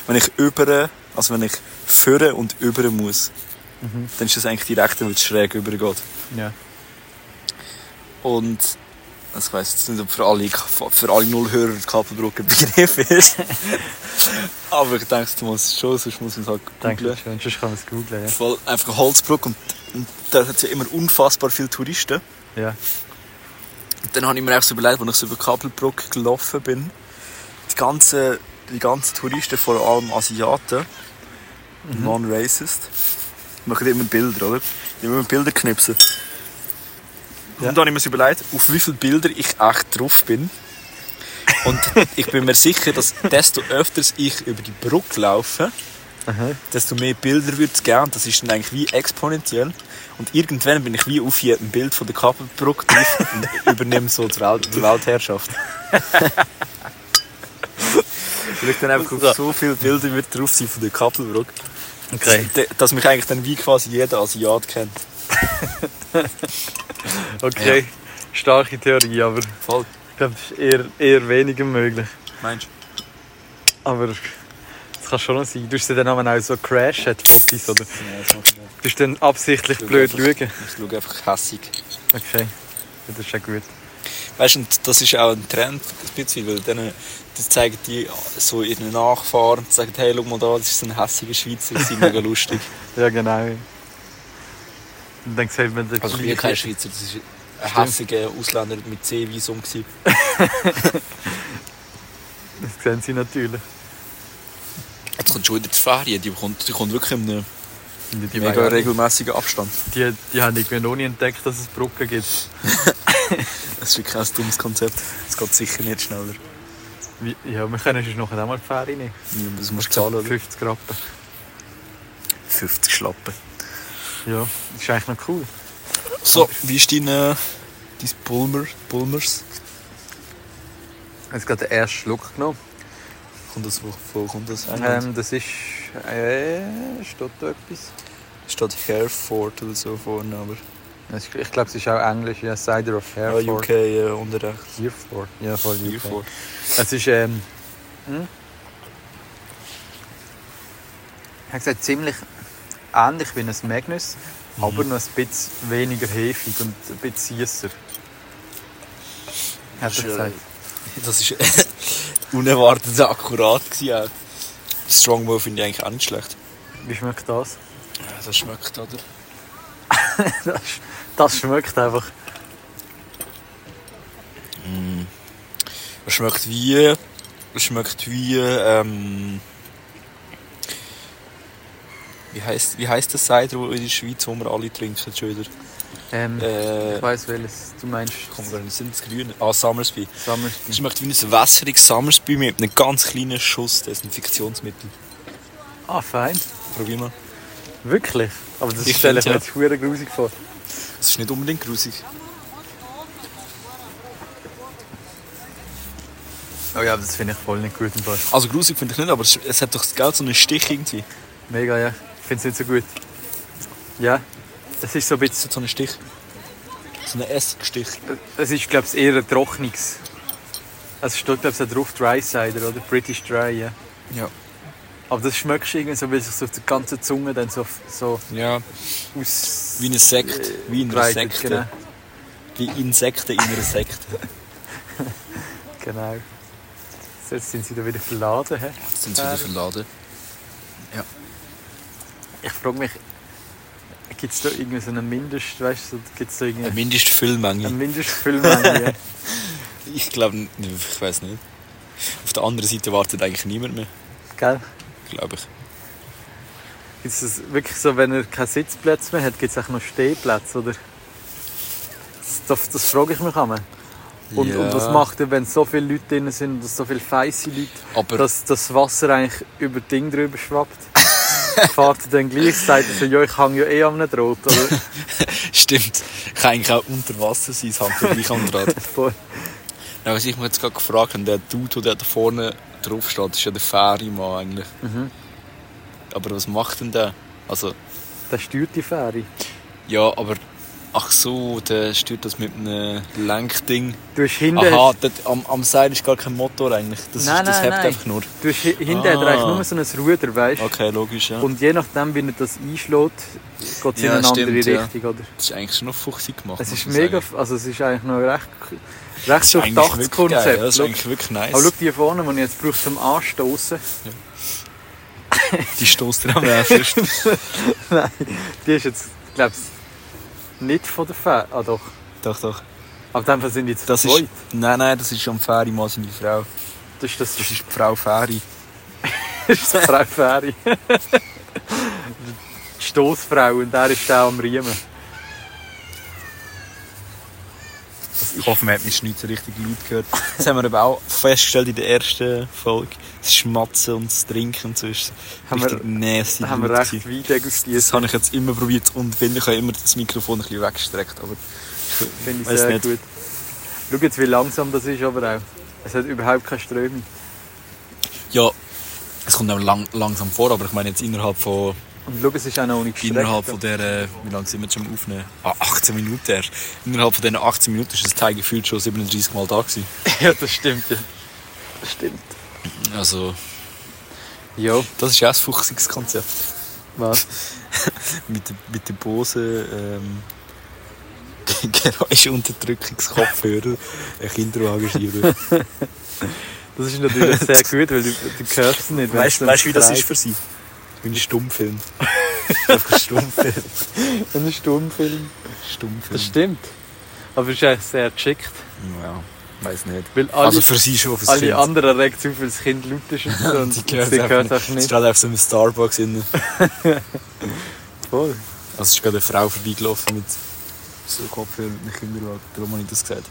[SPEAKER 1] wenn ich über, also wenn ich führen und über muss,
[SPEAKER 2] Mhm.
[SPEAKER 1] dann ist das eigentlich direkt, weil es schräg übergeht.
[SPEAKER 2] Ja.
[SPEAKER 1] Und also ich weiß jetzt nicht, ob für alle, für alle Nullhörer die Kappelbrücke ein Begriff ist. Aber ich denke, es muss schon, sonst muss man es halt
[SPEAKER 2] Danke
[SPEAKER 1] googeln.
[SPEAKER 2] schön. Sonst kann man es googeln.
[SPEAKER 1] Voll einfach eine Holzbrücke und, und da hat es ja immer unfassbar viele Touristen.
[SPEAKER 2] Ja. ja.
[SPEAKER 1] Und dann habe ich mir auch so überlegt, als ich so über die Kappelbrücke gelaufen bin, die ganzen, die ganzen Touristen, vor allem Asiaten,
[SPEAKER 2] Mhm.
[SPEAKER 1] non-racist, machen immer Bilder, oder? Die haben immer Bilder knipsen.
[SPEAKER 2] Ja.
[SPEAKER 1] Und dann habe ich mir so überlegt, auf wie viele Bilder ich echt drauf bin. Und ich bin mir sicher, dass desto öfters ich über die Brücke laufe,
[SPEAKER 2] Aha.
[SPEAKER 1] desto mehr Bilder wird es geben. Das ist dann eigentlich wie exponentiell. Und irgendwann bin ich wie auf jedem Bild von der Kappelbrücke drauf und übernehme so die, Welt, die Weltherrschaft. Weil ich dann einfach
[SPEAKER 2] So.
[SPEAKER 1] auf so viele Bilder wird drauf sein von der Kappelbrücke,
[SPEAKER 2] Okay.
[SPEAKER 1] dass- dass mich eigentlich dann wie quasi jeder Asiat kennt.
[SPEAKER 2] Okay. Starke Theorie, aber ich
[SPEAKER 1] Voll.
[SPEAKER 2] glaube, das ist eher, eher weniger möglich.
[SPEAKER 1] Meinst
[SPEAKER 2] Aber das kann schon noch sein. Du hast ja dann auch so Crash-Fotos, oder?
[SPEAKER 1] du? Nein, das mache ich nicht.
[SPEAKER 2] Du hast dann absichtlich blöd schauen.
[SPEAKER 1] Ich schaue einfach hässig.
[SPEAKER 2] Okay. Ja, Das ist ja gut.
[SPEAKER 1] Weißt du, und das ist auch ein Trend, ein bisschen, weil dann, das zeigen die so ihren Nachfahren und sagen, hey, schau mal da, das ist so ein hässiger Schweizer, das ist mega lustig.
[SPEAKER 2] Ja, genau. Und dann halt, sieht man den
[SPEAKER 1] Also ich bin ja kein Schweizer, das ist ein hässiger Ausländer mit C-Visum. gewesen.
[SPEAKER 2] Das sehen sie natürlich.
[SPEAKER 1] Jetzt kommt schon wieder die Ferien, die kommt, die kommt wirklich in einem
[SPEAKER 2] Die, die,
[SPEAKER 1] mega regelmäßigen Abstand.
[SPEAKER 2] die, die haben irgendwie noch nie entdeckt, dass es Brücken gibt.
[SPEAKER 1] Das ist wirklich ein dummes Konzept. Es geht sicher nicht schneller.
[SPEAKER 2] Wie- Ja, wir können schon noch einmal die Fähre nehmen.
[SPEAKER 1] Das musst du zahlen, oder?
[SPEAKER 2] 50 Rappen.
[SPEAKER 1] 50 Schlappen.
[SPEAKER 2] Ja, das ist eigentlich noch cool.
[SPEAKER 1] So, wie ist dein, äh, dein Pulmer, Pulmers?
[SPEAKER 2] Ich habe gerade den ersten Schluck genommen.
[SPEAKER 1] Kommt das, wo, wo kommt das?
[SPEAKER 2] Ähm, das ist... Äh, steht da etwas?
[SPEAKER 1] Statt Hereford oder so vorne, aber...
[SPEAKER 2] Es ist- Ich glaube, es ist auch Englisch. Ja, Cider of
[SPEAKER 1] Ja,
[SPEAKER 2] Hereford.
[SPEAKER 1] UK äh, unter rechts.
[SPEAKER 2] Hereford. Ja, voll UK.
[SPEAKER 1] Hereford.
[SPEAKER 2] Es ist, ähm, hm? ich habe gesagt, ziemlich ähnlich wie ein Magnus,
[SPEAKER 1] Mhm.
[SPEAKER 2] aber noch ein bisschen weniger heftig und ein bisschen süßer. Hat
[SPEAKER 1] ist
[SPEAKER 2] er
[SPEAKER 1] ja-
[SPEAKER 2] gesagt.
[SPEAKER 1] Das ist äh, unerwartet akkurat gewesen. auch. Das Strongbow finde ich eigentlich auch nicht schlecht.
[SPEAKER 2] Wie schmeckt das?
[SPEAKER 1] Das schmeckt, oder?
[SPEAKER 2] Das, sch- das schmeckt einfach.
[SPEAKER 1] Es schmeckt wie. Es schmeckt wie. Ähm, wie heißt wie heisst das Cider wo in der Schweiz, wo wir alle trinken schon wieder?
[SPEAKER 2] Ähm,
[SPEAKER 1] Äh,
[SPEAKER 2] ich weiß welches du meinst.
[SPEAKER 1] komm, wir sind das Grüne. Ah, Summersby. Es
[SPEAKER 2] Summersby.
[SPEAKER 1] schmeckt wie ein wässriges Summersby mit einem ganz kleinen Schuss Desinfektionsmittel.
[SPEAKER 2] Ah, fein.
[SPEAKER 1] Probier mal.
[SPEAKER 2] Wirklich? Aber das
[SPEAKER 1] Ich
[SPEAKER 2] stelle ich mir
[SPEAKER 1] find's,
[SPEAKER 2] jetzt hure grusig vor.
[SPEAKER 1] Es ist nicht unbedingt grusig.
[SPEAKER 2] Oh ja, aber das finde ich voll nicht gut im Fall.
[SPEAKER 1] Also grusig finde ich nicht, aber es, es hat doch gell, so einen Stich irgendwie.
[SPEAKER 2] Mega, ja. Ich finde es nicht so gut. Ja, das ist so ein
[SPEAKER 1] Es
[SPEAKER 2] bisschen...
[SPEAKER 1] hat so einen Stich. So einen Essgestich.
[SPEAKER 2] Es ist, glaube ich, eher ein trockenes. Also, Es steht, glaube ich, auch drauf Dry Cider, oder? British Dry, ja.
[SPEAKER 1] Ja.
[SPEAKER 2] Aber das schmeckst du irgendwie so, weil sich so auf der ganzen Zunge dann so, so
[SPEAKER 1] Ja.
[SPEAKER 2] aus...
[SPEAKER 1] Wie ein Sekt. Wie in einer
[SPEAKER 2] breitet,
[SPEAKER 1] Sekte.
[SPEAKER 2] Genau.
[SPEAKER 1] Wie Insekten in einer Sekte.
[SPEAKER 2] genau. So, Jetzt sind sie da wieder verladen. hä?
[SPEAKER 1] Jetzt sind sie wieder verladen.
[SPEAKER 2] Ich frage mich, gibt es da irgendwie so einen Mindest... Weißt du, gibt es da irgendwie...
[SPEAKER 1] Eine Mindestfüllmenge.
[SPEAKER 2] Eine Mindestfüllmenge.
[SPEAKER 1] Ich glaube, ich weiß nicht. Auf der anderen Seite wartet eigentlich niemand mehr,
[SPEAKER 2] Gell?
[SPEAKER 1] glaube ich.
[SPEAKER 2] Ist es wirklich so, wenn er keinen Sitzplatz mehr hat, gibt es auch noch Stehplätze, oder? Das, das, das frage ich mich einmal. Und,
[SPEAKER 1] Ja.
[SPEAKER 2] und was macht er, wenn so viele Leute drin sind und so viele feisse Leute,
[SPEAKER 1] Aber
[SPEAKER 2] dass das Wasser eigentlich über das Ding drüber schwappt? Fahrt er dann gleich, sagt er so, ja, ich hänge ja eh am Draht, oder?
[SPEAKER 1] stimmt, kann eigentlich auch unter Wasser sein, das hängt ja gleich am Draht.
[SPEAKER 2] Voll.
[SPEAKER 1] Nein, Was ich mich jetzt gerade gefragt habe, der Dude, der da vorne drauf steht, ist ja der Ferimann eigentlich.
[SPEAKER 2] mhm.
[SPEAKER 1] Aber was macht denn der? Also,
[SPEAKER 2] Der steuert die Fähre.
[SPEAKER 1] ja, aber... Ach so, der steuert das mit einem Lenkding.
[SPEAKER 2] Du hast hinten,
[SPEAKER 1] Aha, dort, am, am Seil ist gar kein Motor eigentlich. Das,
[SPEAKER 2] Nein,
[SPEAKER 1] ist, das
[SPEAKER 2] nein,
[SPEAKER 1] hebt
[SPEAKER 2] nein.
[SPEAKER 1] einfach nur.
[SPEAKER 2] du hast, hi- hinten hat er eigentlich
[SPEAKER 1] Ah.
[SPEAKER 2] nur so ein Ruder, weißt du?
[SPEAKER 1] Okay, logisch, ja.
[SPEAKER 2] Und je nachdem, wie er das einschlägt, geht es
[SPEAKER 1] Ja,
[SPEAKER 2] in eine andere
[SPEAKER 1] stimmt, ja.
[SPEAKER 2] Richtung, oder?
[SPEAKER 1] das ist eigentlich schon noch fuchsig gemacht.
[SPEAKER 2] Es ist
[SPEAKER 1] muss man
[SPEAKER 2] mega,
[SPEAKER 1] sagen.
[SPEAKER 2] also es ist eigentlich noch recht, recht
[SPEAKER 1] Das ist eigentlich
[SPEAKER 2] durchdachtes
[SPEAKER 1] wirklich geil, ja,
[SPEAKER 2] Konzept.
[SPEAKER 1] Das ist
[SPEAKER 2] Schau-
[SPEAKER 1] eigentlich wirklich nice.
[SPEAKER 2] aber schau die vorne, die ich jetzt brauche zum Anstoßen,
[SPEAKER 1] Die stoßt er am ersten.
[SPEAKER 2] die ist jetzt, glaube ich, nicht von der Fähre. Ah doch.
[SPEAKER 1] doch, doch.
[SPEAKER 2] Aber in dem Fall sind die jetzt
[SPEAKER 1] Das
[SPEAKER 2] zwei.
[SPEAKER 1] ist. Nein, nein, das ist schon Feri Mann, seine Frau.
[SPEAKER 2] Das ist das,
[SPEAKER 1] Das ist die Frau Feri.
[SPEAKER 2] das ist die Frau Fähre. die Stoßfrau und der ist der am Riemen.
[SPEAKER 1] Ich hoffe, man hat mich nicht so richtig laut gehört. Das haben wir aber auch festgestellt in der ersten Folge. Das Schmatzen und das Trinken so ist
[SPEAKER 2] Haben wir-
[SPEAKER 1] richtig nasty.
[SPEAKER 2] Da haben wir
[SPEAKER 1] laut
[SPEAKER 2] recht
[SPEAKER 1] gewesen.
[SPEAKER 2] weit
[SPEAKER 1] Das
[SPEAKER 2] degustiert,
[SPEAKER 1] habe ich jetzt immer probiert und finde ich habe immer das Mikrofon ein bisschen weggestreckt. Aber
[SPEAKER 2] finde ich
[SPEAKER 1] weiss
[SPEAKER 2] sehr
[SPEAKER 1] nicht.
[SPEAKER 2] gut. Schau jetzt, wie langsam das ist aber auch. Es hat überhaupt keine Strömung.
[SPEAKER 1] ja, es kommt auch lang, langsam vor, aber ich meine jetzt innerhalb von
[SPEAKER 2] Und schau, es ist auch noch nicht gestreckt.
[SPEAKER 1] Innerhalb von der, äh, wie lange sind wir jetzt schon am Aufnehmen? Ah, 18 Minuten erst. Innerhalb von diesen 18 Minuten ist das Teil gefühlt schon 37 Mal da gewesen.
[SPEAKER 2] Ja, das stimmt. Ja. Das stimmt.
[SPEAKER 1] Also,
[SPEAKER 2] Ja,
[SPEAKER 1] das ist auch ein fuchsiges Konzept.
[SPEAKER 2] was?
[SPEAKER 1] Mit, der- mit den Bose, ähm, Geräuschunterdrückungskopfhörer, ein Kinderwagen schreiben.
[SPEAKER 2] Das ist natürlich sehr gut, weil du, du hörst es nicht. wenn
[SPEAKER 1] Weißt
[SPEAKER 2] es
[SPEAKER 1] weißt du, wie das
[SPEAKER 2] schreit.
[SPEAKER 1] ist für sie? Wie ein Stummfilm. Einfach ein Stummfilm.
[SPEAKER 2] Ein Stummfilm. Das
[SPEAKER 1] Stummfilm.
[SPEAKER 2] stimmt. Aber es ist eigentlich sehr geschickt.
[SPEAKER 1] Ja, weiß nicht.
[SPEAKER 2] Weil alle,
[SPEAKER 1] Also für sie schon auf
[SPEAKER 2] alle anderen regt es auf, weil das Kind laut ist und so. Und
[SPEAKER 1] Sie
[SPEAKER 2] sie
[SPEAKER 1] hören es
[SPEAKER 2] hört
[SPEAKER 1] einfach
[SPEAKER 2] es
[SPEAKER 1] nicht. Es
[SPEAKER 2] nicht.
[SPEAKER 1] ist gerade auf so einem Starbucks innen.
[SPEAKER 2] Voll.
[SPEAKER 1] Also es ist gerade eine Frau vorbeigelaufen mit so Kopfhörer mit einem Kinderwagen. Darum habe ich das gesagt.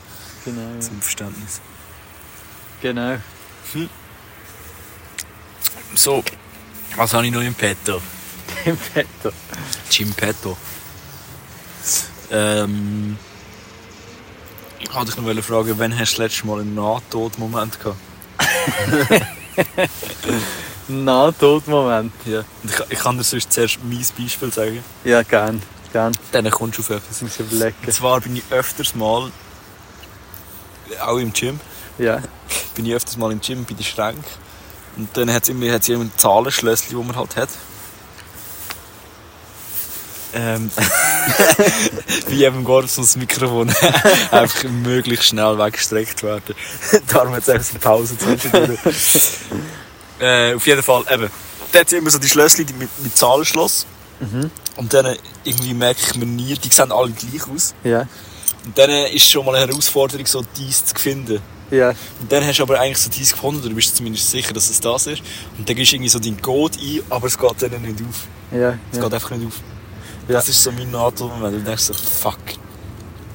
[SPEAKER 2] Genau. ja.
[SPEAKER 1] Zum Verständnis.
[SPEAKER 2] genau.
[SPEAKER 1] So, was habe ich noch im Petto?
[SPEAKER 2] Im Vetter.
[SPEAKER 1] Jim Petto. Ähm... Ich wollte dich noch fragen, wann hast du das letzte Mal einen Nahtodmoment gehabt?
[SPEAKER 2] Na, Todmoment.
[SPEAKER 1] Ja. Und ich, ich kann dir sonst zuerst mein Beispiel sagen.
[SPEAKER 2] Ja, gern. Gern.
[SPEAKER 1] Dann kommst du auf etwas.
[SPEAKER 2] Das muss ich
[SPEAKER 1] Und
[SPEAKER 2] überlegen.
[SPEAKER 1] zwar bin ich öfters mal, auch im Gym,
[SPEAKER 2] Ja.
[SPEAKER 1] bin ich öfters mal im Gym bei den Schränken. Und dann hat es immer, hat's immer ein Zahlenschlösschen, das man halt hat. Ähm, bei jedem Golf muss das Mikrofon einfach möglichst schnell weggestreckt werden. Darum hat es einfach so eine Pause zwischendurch. äh, auf jeden Fall, eben. Da hat immer so die Schlösschen die mit, mit Zahlenschloss.
[SPEAKER 2] Mhm.
[SPEAKER 1] Und dann äh, irgendwie merke ich mir nie, die sehen alle gleich aus. äh,
[SPEAKER 2] Ja.
[SPEAKER 1] Und dann ist schon mal eine Herausforderung, so dies zu finden.
[SPEAKER 2] Ja,
[SPEAKER 1] Und dann hast du aber eigentlich so dies gefunden, oder du bist zumindest sicher, dass es das ist. Und dann gibst du irgendwie so deinen Code ein, aber es geht dann nicht auf.
[SPEAKER 2] ja.
[SPEAKER 1] Es
[SPEAKER 2] ja.
[SPEAKER 1] geht einfach nicht auf.
[SPEAKER 2] Ja.
[SPEAKER 1] Das ist so mein NATO, wenn du denkst, so, fuck,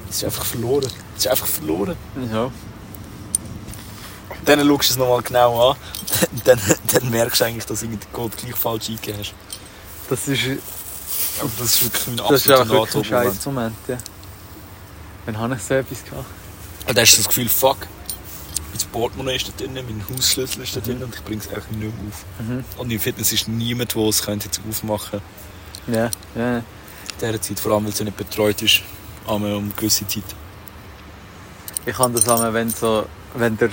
[SPEAKER 1] es ist einfach verloren. Es ist einfach verloren.
[SPEAKER 2] ja.
[SPEAKER 1] Dann schaust du es nochmal genau an. Dann, dann merkst du eigentlich, dass du den Code gleich falsch eingegeben hast.
[SPEAKER 2] Das ist,
[SPEAKER 1] Aber das ist wirklich mein
[SPEAKER 2] das ist auch
[SPEAKER 1] absoluter
[SPEAKER 2] wirklich ein
[SPEAKER 1] NATO-Moment.
[SPEAKER 2] scheiß Moment. Ja. Wann habe ich so etwas gehabt?
[SPEAKER 1] Und dann hast du das Gefühl, fuck, mein Portemonnaie ist da drin, mein Hausschlüssel ist da drin und ich bringe es einfach nicht mehr auf.
[SPEAKER 2] Mhm.
[SPEAKER 1] Und im Fitness ist niemand, der es könnte jetzt aufmachen könnte.
[SPEAKER 2] Ja, ja.
[SPEAKER 1] In dieser Zeit, vor allem, weil es ja nicht betreut ist, einmal um eine gewisse Zeit.
[SPEAKER 2] Ich kann das auch, wenn so, wenn der,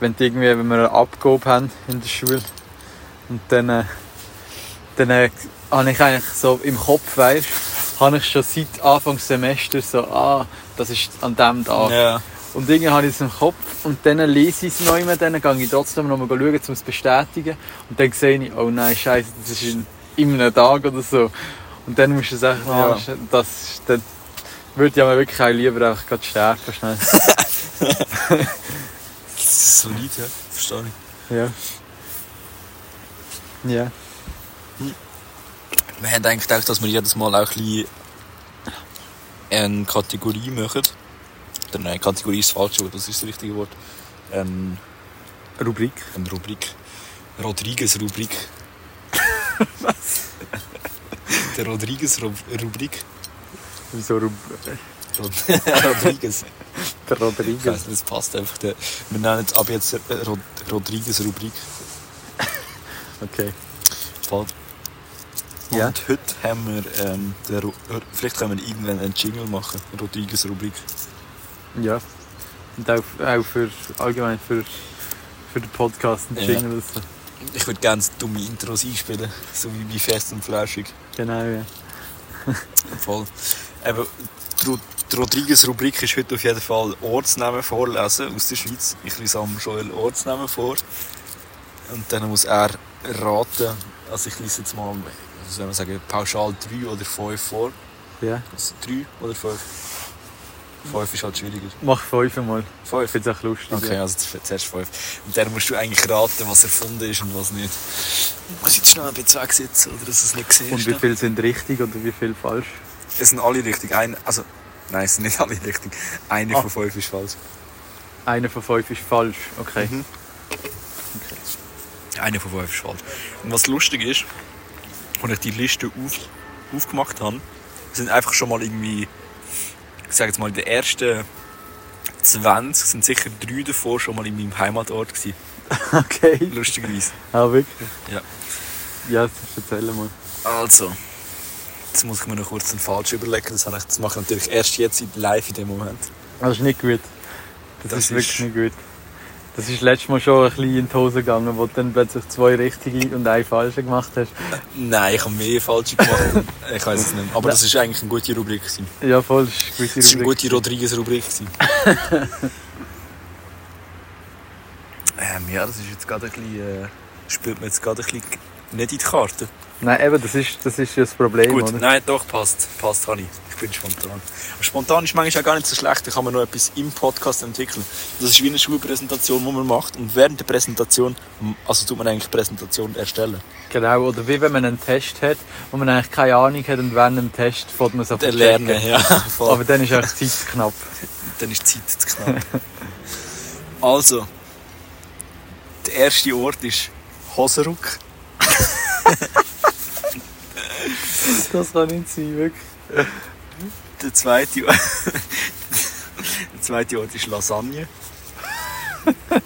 [SPEAKER 2] wenn die irgendwie, wenn wir eine Abgabe haben in der Schule und dann, äh, dann äh, habe ich eigentlich so im Kopf, weißt, habe ich schon seit Anfangssemester so, ah, das ist an dem Tag.
[SPEAKER 1] Ja.
[SPEAKER 2] Und irgendwie habe ich es im Kopf und dann lese ich es noch immer, dann gehe ich trotzdem noch mal schauen, um es zu bestätigen. Und dann sehe ich, oh nein, scheiße, das ist in, in einem Tag oder so. Und dann musst du es einfach
[SPEAKER 1] Ja.
[SPEAKER 2] noch anstellen. das ist- Dann würde ich aber wirklich auch lieber einfach gerade sterben schnell.
[SPEAKER 1] Das ist solid, ja. Verstehe ich.
[SPEAKER 2] ja. Ja.
[SPEAKER 1] Wir haben eigentlich gedacht, dass wir jedes Mal auch ein bisschen eine Kategorie machen. Oder nein, Kategorie ist falsch, aber das ist das richtige Wort. Ähm,
[SPEAKER 2] Rubrik.
[SPEAKER 1] eine Rubrik. Rodriguez-Rubrik. Was? Der Rodriguez-Rubrik.
[SPEAKER 2] Wieso Rub
[SPEAKER 1] Rod Rodriguez.
[SPEAKER 2] der
[SPEAKER 1] Ich
[SPEAKER 2] Rodriguez?
[SPEAKER 1] weiss nicht, das passt einfach. Der, wir nennen es ab jetzt äh, Rod Rodriguez-Rubrik.
[SPEAKER 2] Okay.
[SPEAKER 1] Fad.
[SPEAKER 2] Ja.
[SPEAKER 1] Und heute haben wir, ähm, den Ro- äh, vielleicht können wir irgendwann einen Jingle machen, Rodriguez-Rubrik.
[SPEAKER 2] Ja. Und auch, auch für allgemein für, für den Podcast und
[SPEAKER 1] Ja.
[SPEAKER 2] Jingle. und so.
[SPEAKER 1] Ich würde gerne dumme Intros einspielen, so wie bei Fest und Flashig.
[SPEAKER 2] Genau, ja.
[SPEAKER 1] Voll. Eben, die Ro- die Rodriguez-Rubrik ist heute auf jeden Fall Ortsnamen vorlesen aus der Schweiz. Ich lese am Joel Ortsnamen vor. Und dann muss er raten, also ich lese jetzt mal, was soll man sagen, pauschal 3 oder 5 vor.
[SPEAKER 2] ja.
[SPEAKER 1] Also 3 oder 5? 5 ist halt schwieriger.
[SPEAKER 2] Mach fünf mal.
[SPEAKER 1] 5?
[SPEAKER 2] Ich finde es auch lustig.
[SPEAKER 1] Okay, also z- zuerst fünf. Und dann musst du eigentlich raten, was erfunden ist und was nicht. Ich muss jetzt schnell ein bisschen wegsitzen, oder dass du es nicht siehst.
[SPEAKER 2] Und wie viele sind richtig oder wie viele falsch?
[SPEAKER 1] Es sind alle richtig. Ein, also, nein, es sind nicht alle richtig. Eine
[SPEAKER 2] Ah.
[SPEAKER 1] von fünf ist falsch.
[SPEAKER 2] Einer von fünf ist falsch. Okay.
[SPEAKER 1] Mhm. Eine von fünf ist falsch. Und was lustig ist, als ich die Liste auf, aufgemacht habe, sind einfach schon mal irgendwie, ich sage jetzt mal, in den ersten 20 sind sicher drei davor schon mal in meinem Heimatort gewesen.
[SPEAKER 2] Okay.
[SPEAKER 1] Lustigerweise.
[SPEAKER 2] Ah, wirklich?
[SPEAKER 1] Ja.
[SPEAKER 2] Ja, das erzähl mal.
[SPEAKER 1] Also, jetzt muss ich mir noch kurz einen Falsch überlegen. Das, habe ich, das mache ich natürlich erst jetzt in- live in dem Moment.
[SPEAKER 2] Das ist nicht gut. Das,
[SPEAKER 1] Das
[SPEAKER 2] ist
[SPEAKER 1] ist-
[SPEAKER 2] wirklich nicht gut. Das ist letztes Mal schon ein bisschen in die Hose gegangen, wo du dann plötzlich zwei richtige und einen falsche gemacht hast.
[SPEAKER 1] Nein, ich habe mehr falsch gemacht. ich weiß es nicht. mehr. Aber das ist eigentlich eine gute Rubrik. gewesen.
[SPEAKER 2] Ja, voll, das ist eine gute
[SPEAKER 1] Das war eine
[SPEAKER 2] Rubrik.
[SPEAKER 1] gute Rodriguez-Rubrik. gewesen. ähm, ja, das ist jetzt gerade ein bisschen. Äh, spielt mir jetzt gerade ein bisschen nicht in die Karte.
[SPEAKER 2] Nein, eben, das ist, das ist ja das Problem,
[SPEAKER 1] Gut,
[SPEAKER 2] oder?
[SPEAKER 1] nein, doch, passt. Passt, Hani. Ich bin spontan. Aber spontan ist manchmal auch gar nicht so schlecht. Da kann man noch etwas im Podcast entwickeln. Das ist wie eine Schulpräsentation, die man macht. Und während der Präsentation, also tut man eigentlich Präsentation erstellen.
[SPEAKER 2] Genau, oder wie wenn man einen Test hat und man eigentlich keine Ahnung hat und während dem Test fährt man es auf
[SPEAKER 1] Der
[SPEAKER 2] den
[SPEAKER 1] Lernen,
[SPEAKER 2] Check.
[SPEAKER 1] ja. Voll.
[SPEAKER 2] Aber dann ist eigentlich die Zeit knapp.
[SPEAKER 1] dann ist die Zeit zu knapp. also, der erste Ort ist Hoseruck.
[SPEAKER 2] Das kann nicht sein, wirklich.
[SPEAKER 1] Der zweite, der zweite Ort ist Lasagne. der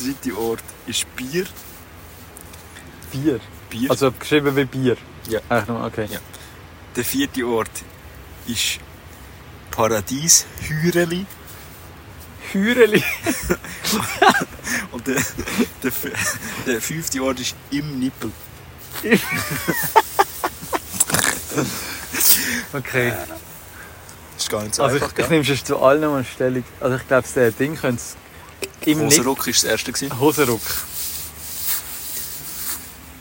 [SPEAKER 1] dritte Ort ist Bier.
[SPEAKER 2] Bier.
[SPEAKER 1] Bier.
[SPEAKER 2] Also geschrieben wie Bier.
[SPEAKER 1] Ja.
[SPEAKER 2] Eigentlich nur, okay.
[SPEAKER 1] Ja. der vierte Ort ist Paradies, Hüreli.
[SPEAKER 2] Hüreli.
[SPEAKER 1] Und der, der, f- der fünfte Ort ist im Nippel.
[SPEAKER 2] Okay.
[SPEAKER 1] Das ist gar nicht so
[SPEAKER 2] also ich,
[SPEAKER 1] einfach,
[SPEAKER 2] ich
[SPEAKER 1] gell?
[SPEAKER 2] nehme schon zu allen mal Stellung. Also ich glaube, das äh, Ding könnte es im Nick-
[SPEAKER 1] Hoseruck war das erste. Gewesen.
[SPEAKER 2] Hosenruck.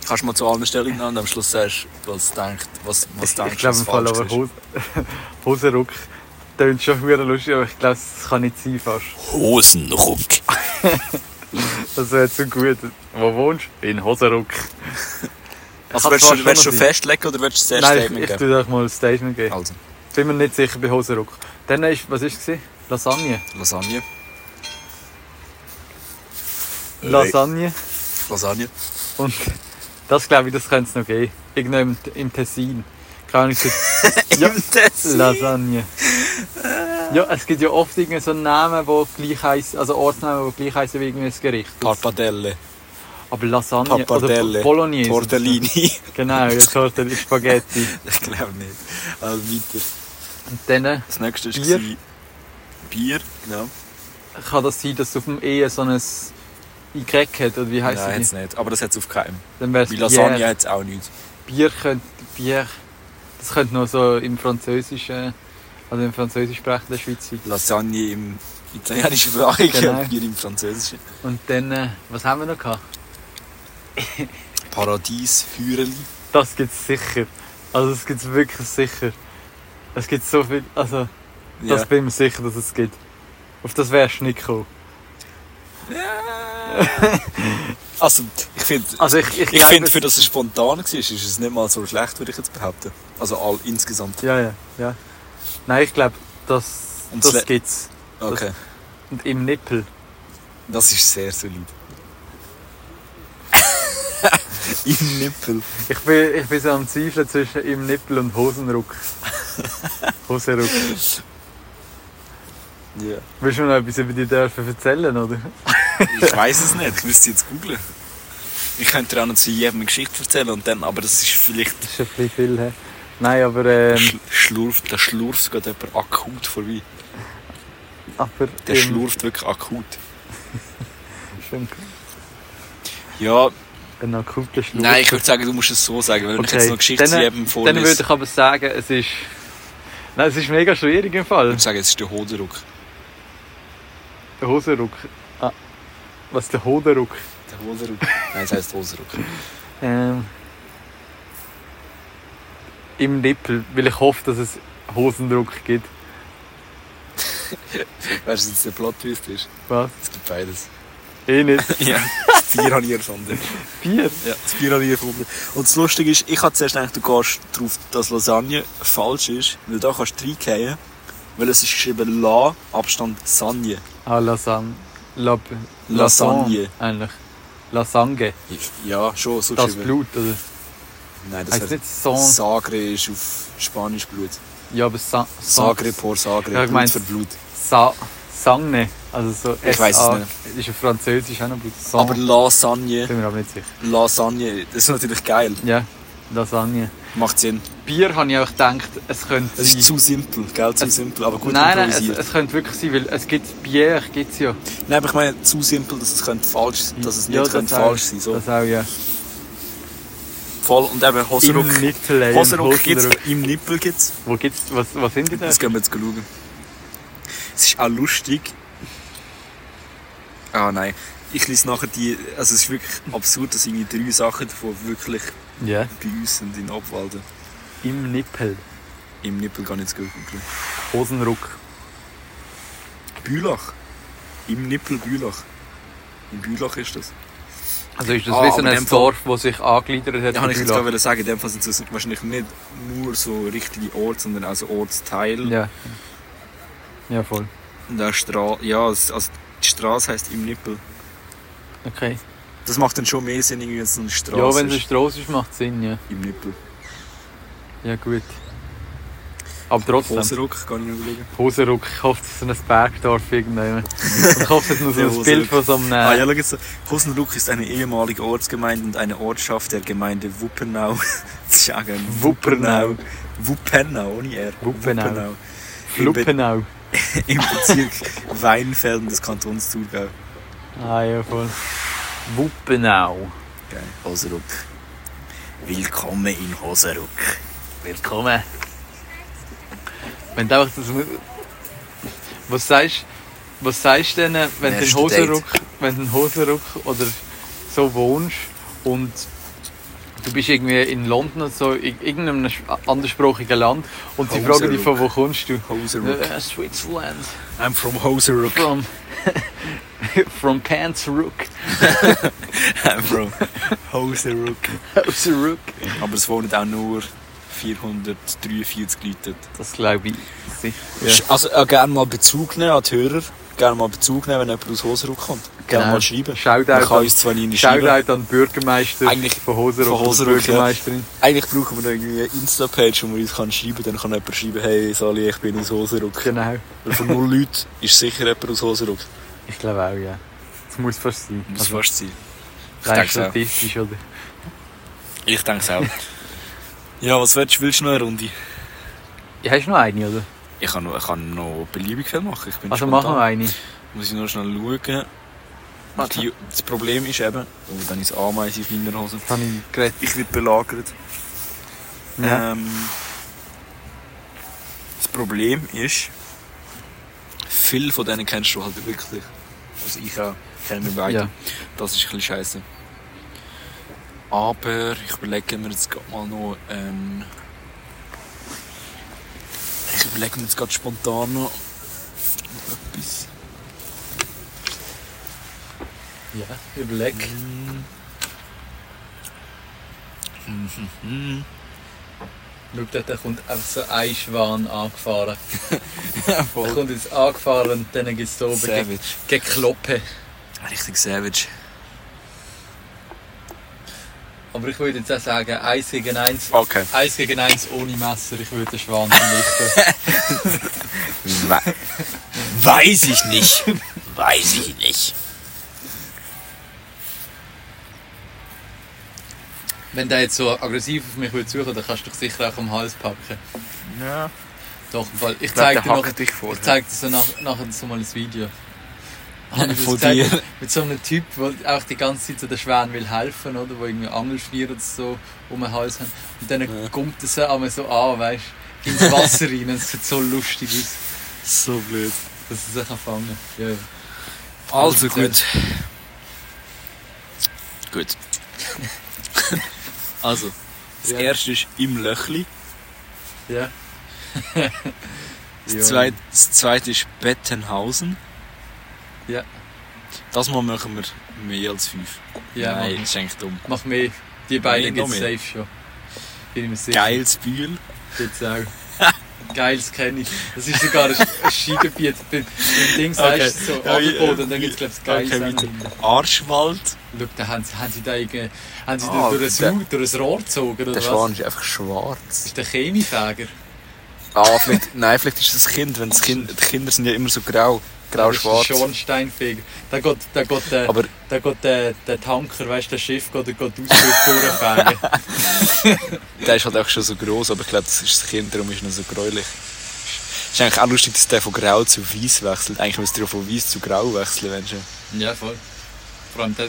[SPEAKER 1] Kannst du mal zu allen Stellungen nehmen und am Schluss sagst, was, denkt, was, was
[SPEAKER 2] Ich,
[SPEAKER 1] denkst
[SPEAKER 2] ich glaube,
[SPEAKER 1] was
[SPEAKER 2] im Fall
[SPEAKER 1] falsch
[SPEAKER 2] aber
[SPEAKER 1] ist.
[SPEAKER 2] Hose- Hosenruck tönt schon hure lustig, aber ich glaube, das kann nicht sein fast.
[SPEAKER 1] Hosenruck.
[SPEAKER 2] Das wäre zu gut. Wo wohnst du? In Hosenruck.
[SPEAKER 1] Also, willst du, willst du festlegen oder willst du zuerst
[SPEAKER 2] Nein,
[SPEAKER 1] Äh, Statement
[SPEAKER 2] ich, ich
[SPEAKER 1] geben?
[SPEAKER 2] tue euch mal ein Statement geben.
[SPEAKER 1] Also,
[SPEAKER 2] Ich bin mir nicht sicher bei Hosenruck. Dann ist, was war es? Lasagne.
[SPEAKER 1] Lasagne.
[SPEAKER 2] Lasagne.
[SPEAKER 1] Äh, Lasagne.
[SPEAKER 2] Und das glaube ich, das könnte es noch geben. Irgendwo im, im Tessin. Keine Ahnung, es gibt- ja, Lasagne. Ja, es gibt ja oft irgendwie so Namen, die gleich heißen, also Ortsnamen, die gleich heißen wie irgendein Gericht.
[SPEAKER 1] Pappardelle.
[SPEAKER 2] Aber Lasagne
[SPEAKER 1] Pappardelle.
[SPEAKER 2] oder Bolognese.
[SPEAKER 1] Tortellini.
[SPEAKER 2] Genau, ja, Tortellini, Spaghetti.
[SPEAKER 1] ich glaube nicht. Also weiter.
[SPEAKER 2] Und dann äh,
[SPEAKER 1] Das nächste ist
[SPEAKER 2] Bier.
[SPEAKER 1] Bier. Bier, genau.
[SPEAKER 2] kann das sein, dass du auf dem E so ein Y hat, oder wie heisst
[SPEAKER 1] Nein,
[SPEAKER 2] das?
[SPEAKER 1] hat's nicht. Aber das hat es auf keinem.
[SPEAKER 2] Dann wär's
[SPEAKER 1] Bei Lasagne
[SPEAKER 2] Bier.
[SPEAKER 1] hat es auch nicht.
[SPEAKER 2] Bier könnte, Bier, das könnte noch so im Französischen, also im Französisch sprechenden Schweiz sein.
[SPEAKER 1] Lasagne im italienischen Sprachigen,
[SPEAKER 2] Genau.
[SPEAKER 1] Bier im französischen.
[SPEAKER 2] Und dann, äh, was haben wir noch gehabt?
[SPEAKER 1] Paradies, Hüreli.
[SPEAKER 2] Das gibt's sicher. Also das gibt's wirklich sicher. Es gibt so viel, also
[SPEAKER 1] Ja.
[SPEAKER 2] das bin ich mir sicher, dass es gibt. Auf das wärst du nicht gekommen.
[SPEAKER 1] Also, ich finde,
[SPEAKER 2] Also ich, ich,
[SPEAKER 1] ich
[SPEAKER 2] glaube,
[SPEAKER 1] find,
[SPEAKER 2] es-
[SPEAKER 1] für das es spontan war, ist es nicht mal so schlecht, würde ich jetzt behaupten. Also all, insgesamt.
[SPEAKER 2] Ja, ja, ja. Nein, ich glaube, das,
[SPEAKER 1] Und das
[SPEAKER 2] das
[SPEAKER 1] Le-
[SPEAKER 2] gibt's.
[SPEAKER 1] Okay.
[SPEAKER 2] Und im Nippel.
[SPEAKER 1] Das ist sehr solid. Im Nippel.
[SPEAKER 2] Ich bin, ich bin so am Zweifeln zwischen im Nippel und Hosenruck. Hosenruck.
[SPEAKER 1] Ja.
[SPEAKER 2] Willst du mir noch etwas über die Dörfer erzählen, oder?
[SPEAKER 1] Ich weiß es nicht, ich müsste jetzt googeln. Ich könnte dir auch noch zu jedem eine Geschichte erzählen und dann, aber das ist vielleicht.
[SPEAKER 2] Das ist ein bisschen viel. hä? Nein, aber, ähm,
[SPEAKER 1] Schl- Schlurft, der schlurft geht jemand akut vorbei.
[SPEAKER 2] aber
[SPEAKER 1] Der
[SPEAKER 2] im-
[SPEAKER 1] schlurft wirklich akut.
[SPEAKER 2] Stimmt.
[SPEAKER 1] Ja,
[SPEAKER 2] Ein akuter Schlurf.
[SPEAKER 1] nein, ich würde sagen, du musst es so sagen, weil ich
[SPEAKER 2] Okay.
[SPEAKER 1] jetzt noch Geschichte zu
[SPEAKER 2] Dann-
[SPEAKER 1] jedem
[SPEAKER 2] Dann würde
[SPEAKER 1] vorlese.
[SPEAKER 2] ich aber sagen, es ist. Nein, es ist mega schwierig im
[SPEAKER 1] Ich
[SPEAKER 2] Fall.
[SPEAKER 1] würde sagen, es ist der Hodenruck.
[SPEAKER 2] Der Hosenruck. Ah, was der Hodenruck?
[SPEAKER 1] Der Hosenruck? Nein, es heisst Hosenruck.
[SPEAKER 2] Ähm, Im Nippel, weil ich hoffe, dass es Hosenruck gibt.
[SPEAKER 1] Weißt du, jetzt der Plot-Twist ist?
[SPEAKER 2] Was?
[SPEAKER 1] Es gibt beides.
[SPEAKER 2] Eh nicht.
[SPEAKER 1] Ja. Das Bier habe ich erfunden.
[SPEAKER 2] Bier.
[SPEAKER 1] Ja, das Bier habe ich erfunden. Und das Lustige ist, ich habe zuerst gedacht, du gehst darauf, dass Lasagne falsch ist, weil da kannst du reingehen, weil es ist geschrieben La, Abstand, Sagne.
[SPEAKER 2] Ah, Lasagne. Lab
[SPEAKER 1] Lasagne.
[SPEAKER 2] Eigentlich. Lasagne.
[SPEAKER 1] Ja, schon, so
[SPEAKER 2] Das
[SPEAKER 1] geschrieben.
[SPEAKER 2] Blut, oder?
[SPEAKER 1] Nein, das
[SPEAKER 2] Heißt
[SPEAKER 1] heißt
[SPEAKER 2] nicht Sans.
[SPEAKER 1] Sagre ist auf Spanisch Blut.
[SPEAKER 2] Ja, aber Sa Sa
[SPEAKER 1] Sagre por Sagre,
[SPEAKER 2] Ja, ich
[SPEAKER 1] Blut
[SPEAKER 2] mein's-
[SPEAKER 1] für Blut.
[SPEAKER 2] Sa Sangne. Also so
[SPEAKER 1] Ich weiss es
[SPEAKER 2] SA. Ist ja Französisch auch noch Blut. Sang.
[SPEAKER 1] Aber Lasagne,
[SPEAKER 2] bin mir aber nicht sicher.
[SPEAKER 1] Lasagne, das ist natürlich geil,
[SPEAKER 2] Ja, Lasagne.
[SPEAKER 1] macht Sinn.
[SPEAKER 2] Bier habe ich auch gedacht, es könnte
[SPEAKER 1] Es
[SPEAKER 2] sein.
[SPEAKER 1] ist zu simpel, gell, zu simpel, aber gut
[SPEAKER 2] Äh, nein, nein, es,
[SPEAKER 1] improvisiert.
[SPEAKER 2] es könnte wirklich sein, weil es gibt Bier, gibt's ja.
[SPEAKER 1] Nein, aber ich meine, zu simpel, dass es könnte falsch sein, dass es nicht
[SPEAKER 2] ja,
[SPEAKER 1] könnte
[SPEAKER 2] das auch.
[SPEAKER 1] falsch sein. So.
[SPEAKER 2] Das auch, ja.
[SPEAKER 1] Voll, und eben Hosenruck.
[SPEAKER 2] Im Nippel, ey, im
[SPEAKER 1] Hosenruck gibt's,
[SPEAKER 2] Hosenruck.
[SPEAKER 1] im Nippel gibt's.
[SPEAKER 2] Wo gibt's, was, was sind die da?
[SPEAKER 1] Das gehen wir jetzt schauen. Es ist auch lustig. Ah nein, ich lese nachher die, also es ist wirklich absurd, dass irgendwie drei Sachen davon wirklich
[SPEAKER 2] Ja.
[SPEAKER 1] bei uns sind in Obwalden.
[SPEAKER 2] Im Nippel.
[SPEAKER 1] Im Nippel kann ich jetzt gut googeln.
[SPEAKER 2] Hosenruck.
[SPEAKER 1] Bülach. Im Nippel Bülach. In Bülach ist das.
[SPEAKER 2] Also ist das
[SPEAKER 1] Ah,
[SPEAKER 2] wie so
[SPEAKER 1] aber in dem
[SPEAKER 2] ein
[SPEAKER 1] Fall-
[SPEAKER 2] Dorf, das sich angegliedert hat.
[SPEAKER 1] Ja, habe ich jetzt
[SPEAKER 2] Bülach.
[SPEAKER 1] gerade sagen, in dem Fall sind es wahrscheinlich nicht nur so richtige Orte, sondern auch so Ortsteile.
[SPEAKER 2] Ja. Ja, voll.
[SPEAKER 1] Und auch Stra ja, es- also die Straße heisst im Nippel.
[SPEAKER 2] Okay.
[SPEAKER 1] Das macht dann schon mehr Sinn, irgendwie, wenn es so eine Straße
[SPEAKER 2] Ja, wenn es eine
[SPEAKER 1] ist.
[SPEAKER 2] Strasse ist, macht es Sinn, ja.
[SPEAKER 1] Im Nippel.
[SPEAKER 2] Ja, gut. Aber trotzdem.
[SPEAKER 1] Hosenruck, kann ich noch überlegen.
[SPEAKER 2] Hosenruck, ich hoffe, es ist so ein Bergdorf irgendwann. Und ich hoffe, es ist nur
[SPEAKER 1] Der
[SPEAKER 2] so ein
[SPEAKER 1] Hosenruck.
[SPEAKER 2] Bild von so einem...
[SPEAKER 1] Ah, ja, schau jetzt. Hosenruck ist eine ehemalige Ortsgemeinde und eine Ortschaft der Gemeinde Wuppenau. das ist auch geil.
[SPEAKER 2] Wuppernau.
[SPEAKER 1] Wuppenau, ohne R.
[SPEAKER 2] Wuppenau. Fluppenau.
[SPEAKER 1] Im Bezirk Weinfelden des Kantons Thurgau.
[SPEAKER 2] Ah, ja, voll. Wuppenau.
[SPEAKER 1] Geil. Hosenruck. Willkommen in Hosenruck.
[SPEAKER 2] Willkommen. Wenn du einfach das... Was sagst was sagst du denn, äh, wenn du in
[SPEAKER 1] Nächste
[SPEAKER 2] Hosenruck, wenn du in Hosenruck oder so wohnst und du bist irgendwie in London und so, in irgendeinem sch- anderssprachigen Land und sie fragen dich, von wo kommst du?
[SPEAKER 1] Hoserook.
[SPEAKER 2] Äh, Switzerland.
[SPEAKER 1] I'm from Hoserook.
[SPEAKER 2] From, from Panzerook.
[SPEAKER 1] I'm from Hoserook.
[SPEAKER 2] Panzerook.
[SPEAKER 1] Aber es wohnen auch nur 443 Leute. dort.
[SPEAKER 2] Das glaube ich sicher.
[SPEAKER 1] Sch- Also auch gerne mal Bezug nehmen an die Hörer. Gerne mal Bezug nehmen, wenn jemand aus Hoserook kommt. Gerne
[SPEAKER 2] Genau.
[SPEAKER 1] mal schreiben.
[SPEAKER 2] Shoutout
[SPEAKER 1] Man kann
[SPEAKER 2] an-
[SPEAKER 1] uns zwar nie schreiben.
[SPEAKER 2] Shoutout an den Bürgermeister
[SPEAKER 1] Eigentlich
[SPEAKER 2] von Hoserock,
[SPEAKER 1] von
[SPEAKER 2] und die
[SPEAKER 1] Hoserock, ja.
[SPEAKER 2] Bürgermeisterin.
[SPEAKER 1] Eigentlich brauchen wir noch irgendwie eine Insta-Page, wo man uns kann schreiben kann. Dann kann jemand schreiben, hey Sali, ich bin aus Hoserook.
[SPEAKER 2] Genau.
[SPEAKER 1] Weil von null Leuten ist sicher jemand aus Hoserook.
[SPEAKER 2] Ich glaube auch, ja. Das muss fast sein. Also,
[SPEAKER 1] Muss fast sein. Also, Ich
[SPEAKER 2] rein
[SPEAKER 1] denke auch.
[SPEAKER 2] statistisch, oder?
[SPEAKER 1] Ich denke es auch. ja, was willst du? Willst du noch eine Runde?
[SPEAKER 2] Ja, hast du noch eine, oder?
[SPEAKER 1] Ich kann noch, ich kann noch beliebig viel machen. Ich bin
[SPEAKER 2] Also
[SPEAKER 1] spontan.
[SPEAKER 2] mach noch eine.
[SPEAKER 1] Muss ich noch schnell schauen.
[SPEAKER 2] Warte.
[SPEAKER 1] Die, das Problem ist eben, oh, dann ist Ameise in meiner Hose.
[SPEAKER 2] Habe ich geredet.
[SPEAKER 1] Ich werde belagert.
[SPEAKER 2] Ja.
[SPEAKER 1] Ähm, das Problem ist, viele von denen kennst du halt wirklich. Also ich auch, kenne wir beide.
[SPEAKER 2] Ja.
[SPEAKER 1] Das ist ein bisschen scheiße. Aber ich überlege mir jetzt gerade mal noch. Ähm, ich überlege mir jetzt gerade spontan noch etwas.
[SPEAKER 2] ja, überleg.
[SPEAKER 1] Mhm.
[SPEAKER 2] Schau, da kommt einfach so ein Schwan angefahren. Der kommt jetzt angefahren und dann gibt es oben
[SPEAKER 1] Savage.
[SPEAKER 2] Gekloppe.
[SPEAKER 1] Richtig Savage.
[SPEAKER 2] Aber ich würde jetzt auch sagen, 1 gegen 1.
[SPEAKER 1] Okay.
[SPEAKER 2] 1 gegen 1 ohne Messer, ich würde den Schwan vernichten.
[SPEAKER 1] We Weiß ich nicht. Weiß ich nicht.
[SPEAKER 2] Wenn der jetzt so aggressiv auf mich würde suchen, dann kannst du dich sicher auch am Hals packen.
[SPEAKER 1] Ja.
[SPEAKER 2] Doch, im Fall. Ich zeige dir, noch,
[SPEAKER 1] dich vor.
[SPEAKER 2] ich zeig dir so nach, nachher so mal ein Video. Hab ich das
[SPEAKER 1] Von
[SPEAKER 2] gezeigt?
[SPEAKER 1] dir.
[SPEAKER 2] Mit so einem Typ, der auch die ganze Zeit so den Schwänen will helfen, oder? Wo irgendwie Angelschnier und so um den Hals haben. Und dann
[SPEAKER 1] Ja.
[SPEAKER 2] kommt er so einmal so an, weißt du, ins Wasser rein. Und es sieht so lustig aus,
[SPEAKER 1] So blöd.
[SPEAKER 2] dass er sich kann fangen ja, ja.
[SPEAKER 1] Also gut. Gut. also, das
[SPEAKER 2] Ja.
[SPEAKER 1] erste ist im Löchli.
[SPEAKER 2] Ja.
[SPEAKER 1] Das,
[SPEAKER 2] Ja.
[SPEAKER 1] zweite, das zweite ist Bettenhausen.
[SPEAKER 2] Ja.
[SPEAKER 1] Das mal machen wir mehr als fünf.
[SPEAKER 2] Ja,
[SPEAKER 1] Nein,
[SPEAKER 2] mach-
[SPEAKER 1] das ist eigentlich dumm.
[SPEAKER 2] Mach mehr. Die
[SPEAKER 1] Nein,
[SPEAKER 2] beiden
[SPEAKER 1] noch
[SPEAKER 2] gibt's
[SPEAKER 1] mehr.
[SPEAKER 2] safe schon. Bin ich mir sicher.
[SPEAKER 1] Geiles Bühl.
[SPEAKER 2] Jetzt auch. Geiles kenne ich. Das ist sogar ein, ein Skigebiet. Beim, beim Ding sagst
[SPEAKER 1] Okay.
[SPEAKER 2] du so
[SPEAKER 1] Ja, ich-
[SPEAKER 2] Adelboden und oh, dann
[SPEAKER 1] ich-
[SPEAKER 2] gibt es glaube ich Geiles.
[SPEAKER 1] okay,
[SPEAKER 2] auch
[SPEAKER 1] weiter.
[SPEAKER 2] noch.
[SPEAKER 1] Arschwald.
[SPEAKER 2] Schau, da haben sie, haben sie da irgendwie, haben sie
[SPEAKER 1] Ah,
[SPEAKER 2] da durch,
[SPEAKER 1] der-
[SPEAKER 2] ein, Ru- durch ein Rohr gezogen oder was?
[SPEAKER 1] ist einfach schwarz.
[SPEAKER 2] Das ist der Chemiefäger.
[SPEAKER 1] Ah, vielleicht, nein, vielleicht ist das Kind, wenn das kind, die Kinder sind ja immer so grau,
[SPEAKER 2] Das ist der Schornsteinfeger. Da geht, da geht, der,
[SPEAKER 1] Aber
[SPEAKER 2] da geht der, der Tanker, weißt du, das Schiff geht, der geht aus durch durchfegen.
[SPEAKER 1] der ist halt auch schon so groß, aber ich glaube, das ist das Kind, darum ist er noch so gräulich. Ist eigentlich auch lustig, dass der von grau zu weiß wechselt. Eigentlich müsste er ja von weiß zu grau wechseln, wenn schon.
[SPEAKER 2] Ja, voll. Vor allem, der,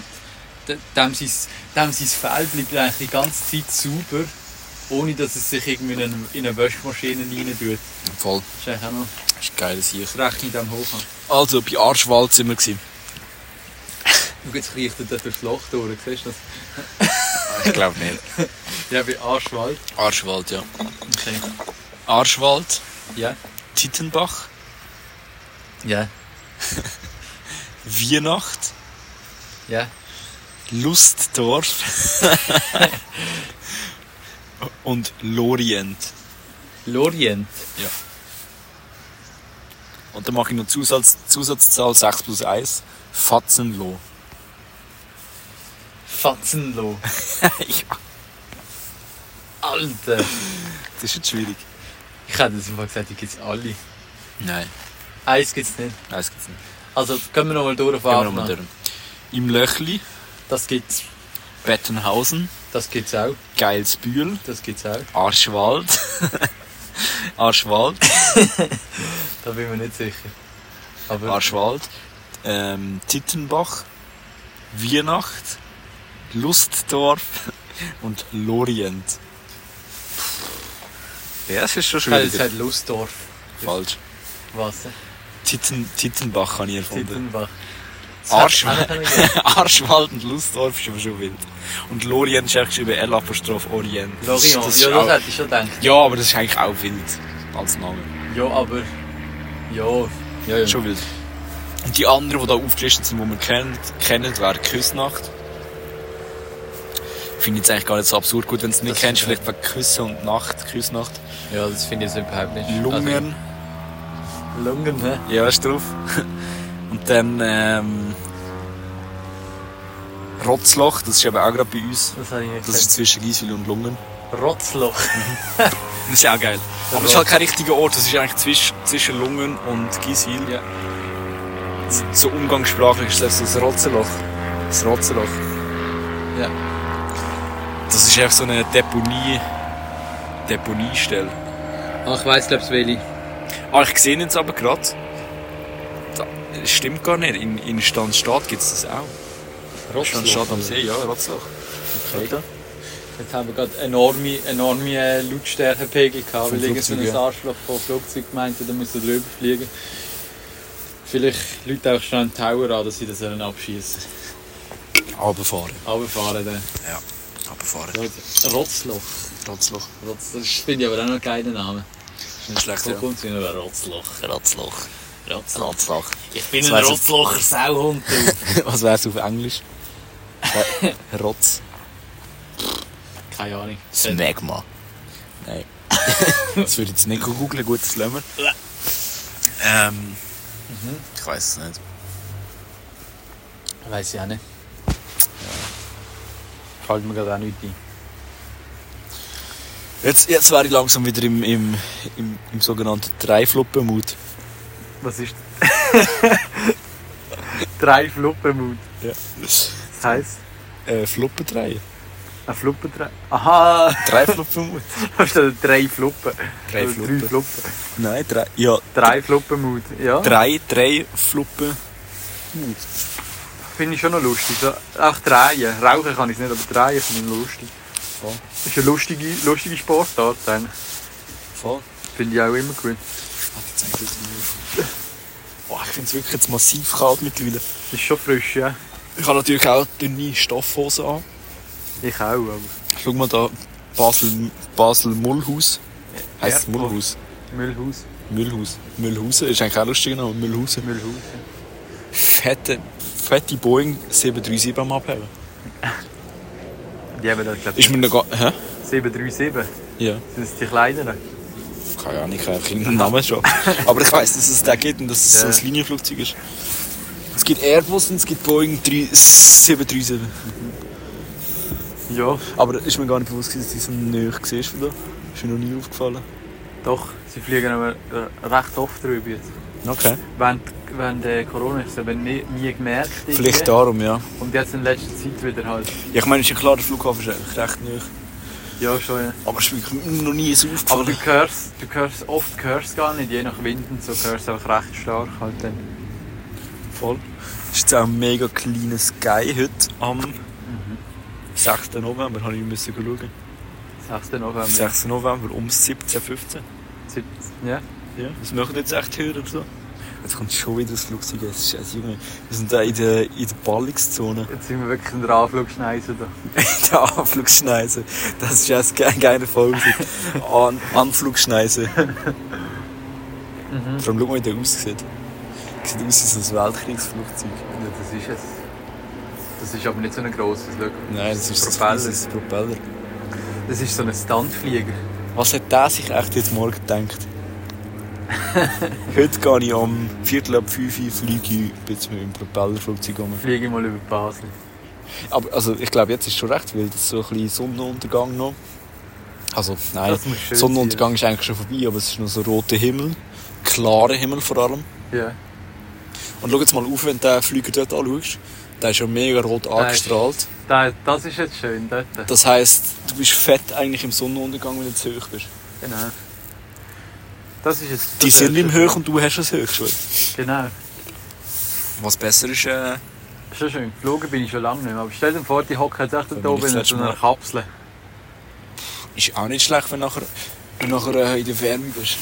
[SPEAKER 2] der, dem, sein, dem sein Fell bleibt eigentlich die ganze Zeit sauber, ohne dass es sich irgendwie in eine, in eine Waschmaschine rein tut.
[SPEAKER 1] Voll.
[SPEAKER 2] Das ist eigentlich auch noch
[SPEAKER 1] Das ist geil, hier.
[SPEAKER 2] das Rechnen dem hoch an.
[SPEAKER 1] Also, bei Arschwald sind wir gewesen.
[SPEAKER 2] Schau, jetzt kriecht er da durchs Loch durch, siehst du das?
[SPEAKER 1] Ich glaube nicht.
[SPEAKER 2] Ja, bei Arschwald.
[SPEAKER 1] Arschwald, ja.
[SPEAKER 2] Okay.
[SPEAKER 1] Arschwald,
[SPEAKER 2] Ja.
[SPEAKER 1] Titenbach,
[SPEAKER 2] Ja.
[SPEAKER 1] Wienacht,
[SPEAKER 2] Ja.
[SPEAKER 1] Lustdorf und Lorient.
[SPEAKER 2] Lorient.
[SPEAKER 1] Und dann mache ich noch Zusatz, Zusatzzahl 6 plus 1. Fatzenloh.
[SPEAKER 2] Fatzenloh.
[SPEAKER 1] ja,
[SPEAKER 2] Alter.
[SPEAKER 1] das ist jetzt schwierig.
[SPEAKER 2] Ich hätte jetzt einfach gesagt, die gibt es alle.
[SPEAKER 1] Nein,
[SPEAKER 2] Eins gibt es nicht.
[SPEAKER 1] nein, das gibt's nicht.
[SPEAKER 2] Also, gehen wir nochmal durch auf
[SPEAKER 1] Gehen wir nochmal
[SPEAKER 2] Abend.
[SPEAKER 1] durch. Im Löchli,
[SPEAKER 2] Das gibt's.
[SPEAKER 1] Bettenhausen,
[SPEAKER 2] Das gibt's auch.
[SPEAKER 1] Geilsbühl,
[SPEAKER 2] Das gibt's auch.
[SPEAKER 1] Arschwald. Arschwald,
[SPEAKER 2] Da bin ich mir nicht sicher. Aber
[SPEAKER 1] Arschwald, ähm, Tittenbach, Wienacht, Lustdorf und Lorient. Ja, das ist halt schon
[SPEAKER 2] Ich habe jetzt
[SPEAKER 1] schwierig.
[SPEAKER 3] halt
[SPEAKER 2] gesagt Lustdorf.
[SPEAKER 1] Falsch.
[SPEAKER 2] Was?
[SPEAKER 1] Titten, Tittenbach habe ich erfunden.
[SPEAKER 2] Tittenbach.
[SPEAKER 1] Arschwald.
[SPEAKER 3] Hätte ich auch noch können
[SPEAKER 1] Arschwald und Lustdorf ist aber schon wild. Und Lorient ist eigentlich geschrieben L-Apostroph Orient.
[SPEAKER 3] gehen. Lorient,
[SPEAKER 1] Das ist
[SPEAKER 3] ja,
[SPEAKER 1] auch-
[SPEAKER 3] das hätte ich schon gedacht.
[SPEAKER 1] ja, aber das ist eigentlich auch wild als Name.
[SPEAKER 3] Ja, aber. Ja. Ja, ja.
[SPEAKER 1] Schon wild. Und die anderen, die da aufgelistet sind, die man kennt, kennt wäre Küssnacht. Finde ich jetzt eigentlich gar nicht so absurd. Gut, wenn du es nicht
[SPEAKER 3] Das
[SPEAKER 1] kennst,
[SPEAKER 3] ist
[SPEAKER 1] vielleicht wegen Küssen und Nacht, Küssnacht.
[SPEAKER 3] ja, das finde ich so überhaupt nicht.
[SPEAKER 1] Lungen.
[SPEAKER 3] Also, Lungen, ne?
[SPEAKER 1] Ja, ist drauf. Und dann ähm, Rotzloch, das ist eben auch gerade bei uns.
[SPEAKER 3] Das habe ich nicht
[SPEAKER 1] Das ist
[SPEAKER 3] gesagt.
[SPEAKER 1] zwischen Giswil und Lungen.
[SPEAKER 3] Rotzloch.
[SPEAKER 1] Das ist auch geil. Aber es ist halt kein richtiger Ort, das ist eigentlich zwischen, zwischen Lungen und Giswil.
[SPEAKER 3] Ja.
[SPEAKER 1] So- So umgangssprachlich ist das das Rotzenloch. Das Rotzenloch.
[SPEAKER 3] Ja.
[SPEAKER 1] Das ist einfach so eine Deponie. Deponiestelle.
[SPEAKER 3] Ah, ich weiß, glaube ich, Willi.
[SPEAKER 1] Ah, ich sehe jetzt aber gerade. Da- Das stimmt gar nicht. In, in Stanstadt gibt es das auch. Stanstadt am See, ja, Rotzloch.
[SPEAKER 3] Alter. Jetzt haben wir gerade enorme, enorme äh, Lautstärkenpegel gehabt,
[SPEAKER 1] Vom
[SPEAKER 3] weil irgend so ein
[SPEAKER 1] Flugzeug, ja.
[SPEAKER 3] Arschloch vom Flugzeug meinte, da muss er drüber fliegen. Vielleicht Leute auch schnell einen Tower an, dass sie das sollen abschießen.
[SPEAKER 1] Abfahren.
[SPEAKER 3] Runterfahren dann.
[SPEAKER 1] Abfahren.
[SPEAKER 3] Rot- Rotzloch.
[SPEAKER 1] Rotzloch.
[SPEAKER 3] Rotz, das finde ich aber auch noch einen geilen Namen.
[SPEAKER 1] Ist nicht schlecht,
[SPEAKER 3] So
[SPEAKER 1] ja.
[SPEAKER 3] kommt es wieder Rotzloch.
[SPEAKER 1] Rotzloch.
[SPEAKER 3] Rotzloch.
[SPEAKER 1] Rotzloch.
[SPEAKER 3] Ich bin
[SPEAKER 1] Das
[SPEAKER 3] ein
[SPEAKER 1] weiss ich.
[SPEAKER 3] Rotzlocher Sauhund. du.
[SPEAKER 1] Was wär's auf Englisch? Äh, Rotz.
[SPEAKER 3] Keine Ahnung.
[SPEAKER 1] Das Magma. Nein. das würde ich jetzt nicht googeln, gut, das lassen wir. Ähm. Ich weiß es nicht.
[SPEAKER 3] Weiß ich auch nicht.
[SPEAKER 2] Fällt mir gerade auch nicht ein.
[SPEAKER 1] Jetzt, jetzt wäre ich langsam wieder im, im, im, im sogenannten Dreifluppen-Mut.
[SPEAKER 2] Was ist. Drei Fluppenmut.
[SPEAKER 1] Ja.
[SPEAKER 2] Das heisst,
[SPEAKER 1] Äh, Fluppen drehen.
[SPEAKER 2] ein Fluppendrei. Aha!
[SPEAKER 1] Dreifluppenmut?
[SPEAKER 2] Hast du da drei Fluppen?
[SPEAKER 1] Drei Ah.
[SPEAKER 2] Oder
[SPEAKER 1] Fluppen.
[SPEAKER 2] Drei Fluppen.
[SPEAKER 1] Nein, drei. Ja,
[SPEAKER 2] Drei Fluppenmut. Ja.
[SPEAKER 1] drei, drei Fluppen.
[SPEAKER 2] Finde ich schon noch lustig. So, auch drehen. Rauchen kann ich nicht, aber drehen finde ich lustig.
[SPEAKER 1] Voll.
[SPEAKER 2] Ist eine lustige, lustige Sportart eigentlich.
[SPEAKER 1] Voll. Ah,
[SPEAKER 2] Finde ich auch immer gut.
[SPEAKER 1] Boah, ich finde es wirklich jetzt massiv kalt mittlerweile.
[SPEAKER 2] Ist schon frisch, ja.
[SPEAKER 1] Ich habe natürlich auch dünne Stoffhosen an.
[SPEAKER 2] Ich auch, aber.
[SPEAKER 1] Schau mal da, Basel, Basel Mullhaus. Heißt es
[SPEAKER 2] Erdbeer.
[SPEAKER 1] Mullhaus?
[SPEAKER 2] Müllhaus.
[SPEAKER 1] Müllhaus. Müllhausen ist eigentlich auch lustig, genau. Müllhausen.
[SPEAKER 2] Müllhaus.
[SPEAKER 1] Fette, fette Boeing 737 am Abheben.
[SPEAKER 2] Die haben da, glaube
[SPEAKER 1] Ist
[SPEAKER 2] ich,
[SPEAKER 1] mir noch gar. Hä?
[SPEAKER 2] 737.
[SPEAKER 1] Ja.
[SPEAKER 2] Sind es die kleineren?
[SPEAKER 1] Keine Ahnung, ich habe keinen Namen schon. Aber ich weiss, dass es den gibt und dass es so
[SPEAKER 2] Ja.
[SPEAKER 1] ein Linienflugzeug ist. Es gibt Airbus und es gibt Boeing 3, 737.
[SPEAKER 2] Ja,
[SPEAKER 1] Aber ist mir gar nicht bewusst, gewesen, dass du so nahe siehst von da. Ist mir noch nie aufgefallen.
[SPEAKER 2] doch. Sie fliegen aber äh, recht oft drüber jetzt.
[SPEAKER 1] Okay.
[SPEAKER 2] Während, während äh, Corona ist es aber nie, nie gemerkt. irgendwie.
[SPEAKER 1] Vielleicht darum, ja.
[SPEAKER 2] Und jetzt in letzter Zeit wieder halt.
[SPEAKER 1] Ja, ich meine, ist ja klar, der Flughafen ist eigentlich recht nahe.
[SPEAKER 2] Ja, schon, ja.
[SPEAKER 1] Aber es ist wirklich noch nie so
[SPEAKER 2] Aber
[SPEAKER 1] aufgefallen.
[SPEAKER 2] du hörst, du hörst oft hörst gar nicht, je nach Wind und so hörst du einfach recht stark halt dann.
[SPEAKER 1] Voll. Es ist jetzt auch ein mega kleiner Sky heute am 6. November, habe ich müssen schauen.
[SPEAKER 2] 6. November.
[SPEAKER 1] 6. November um 17.15 Uhr.
[SPEAKER 2] Siebzehn, Ja.
[SPEAKER 1] Ja. Das machen jetzt echt Hörer und so. Jetzt kommt schon wieder das Flugzeug, es ist ein Junge. Wir sind da in der, in der Ballungszone.
[SPEAKER 2] Jetzt sind wir wirklich in der Anflugschneise da.
[SPEAKER 1] In der Anflugschneise. Das ist ja ein ge- geiler Vollbild. An Anflugschneise. Mhm. Darum schau mal, wie der aussieht. Sieht aus wie so ein Weltkriegsflugzeug.
[SPEAKER 2] Ja, das ist es. Das ist aber nicht so ein grosses, schau.
[SPEAKER 1] Nein, das ist
[SPEAKER 2] Propeller.
[SPEAKER 1] Das ist Propeller.
[SPEAKER 2] Das ist so ein Standflieger.
[SPEAKER 1] Was hat der sich echt jetzt morgen gedacht? Heute gehe ich um Viertel ab 5 Uhr fliege ich jetzt mit dem Propellerflugzeug um.
[SPEAKER 2] Fliege ich mal über Basel.
[SPEAKER 1] Aber also, ich glaube, jetzt ist schon recht wild. Es ist so ein bisschen Sonnenuntergang noch. Also, nein,
[SPEAKER 2] Das muss schön
[SPEAKER 1] Sonnenuntergang ist eigentlich schon vorbei, aber es ist noch so roter Himmel. Klarer Himmel vor allem.
[SPEAKER 2] Ja.
[SPEAKER 1] Und schau jetzt mal auf, wenn du den Flieger dort anschaust. Der ist ja mega rot angestrahlt.
[SPEAKER 2] Da, das ist jetzt schön dort.
[SPEAKER 1] Das heisst, du bist fett eigentlich im Sonnenuntergang, wenn du zu hoch bist.
[SPEAKER 2] Genau. Das ist jetzt.
[SPEAKER 1] Die
[SPEAKER 2] das
[SPEAKER 1] sind
[SPEAKER 2] ist-
[SPEAKER 1] im Höch und du hast es hoch schon.
[SPEAKER 2] Genau.
[SPEAKER 1] Was besser ist, äh,
[SPEAKER 2] Schon schön. Geflogen bin ich schon lange nicht mehr. Aber stell dir vor, die hocken jetzt echt
[SPEAKER 1] Wenn
[SPEAKER 2] da
[SPEAKER 1] ich das
[SPEAKER 2] oben in
[SPEAKER 1] letzte
[SPEAKER 2] so einer
[SPEAKER 1] Mal-
[SPEAKER 2] Kapsel. Mhm.
[SPEAKER 1] Ist auch nicht schlecht, wenn du nachher, wenn du nachher äh, in der Wärme bist.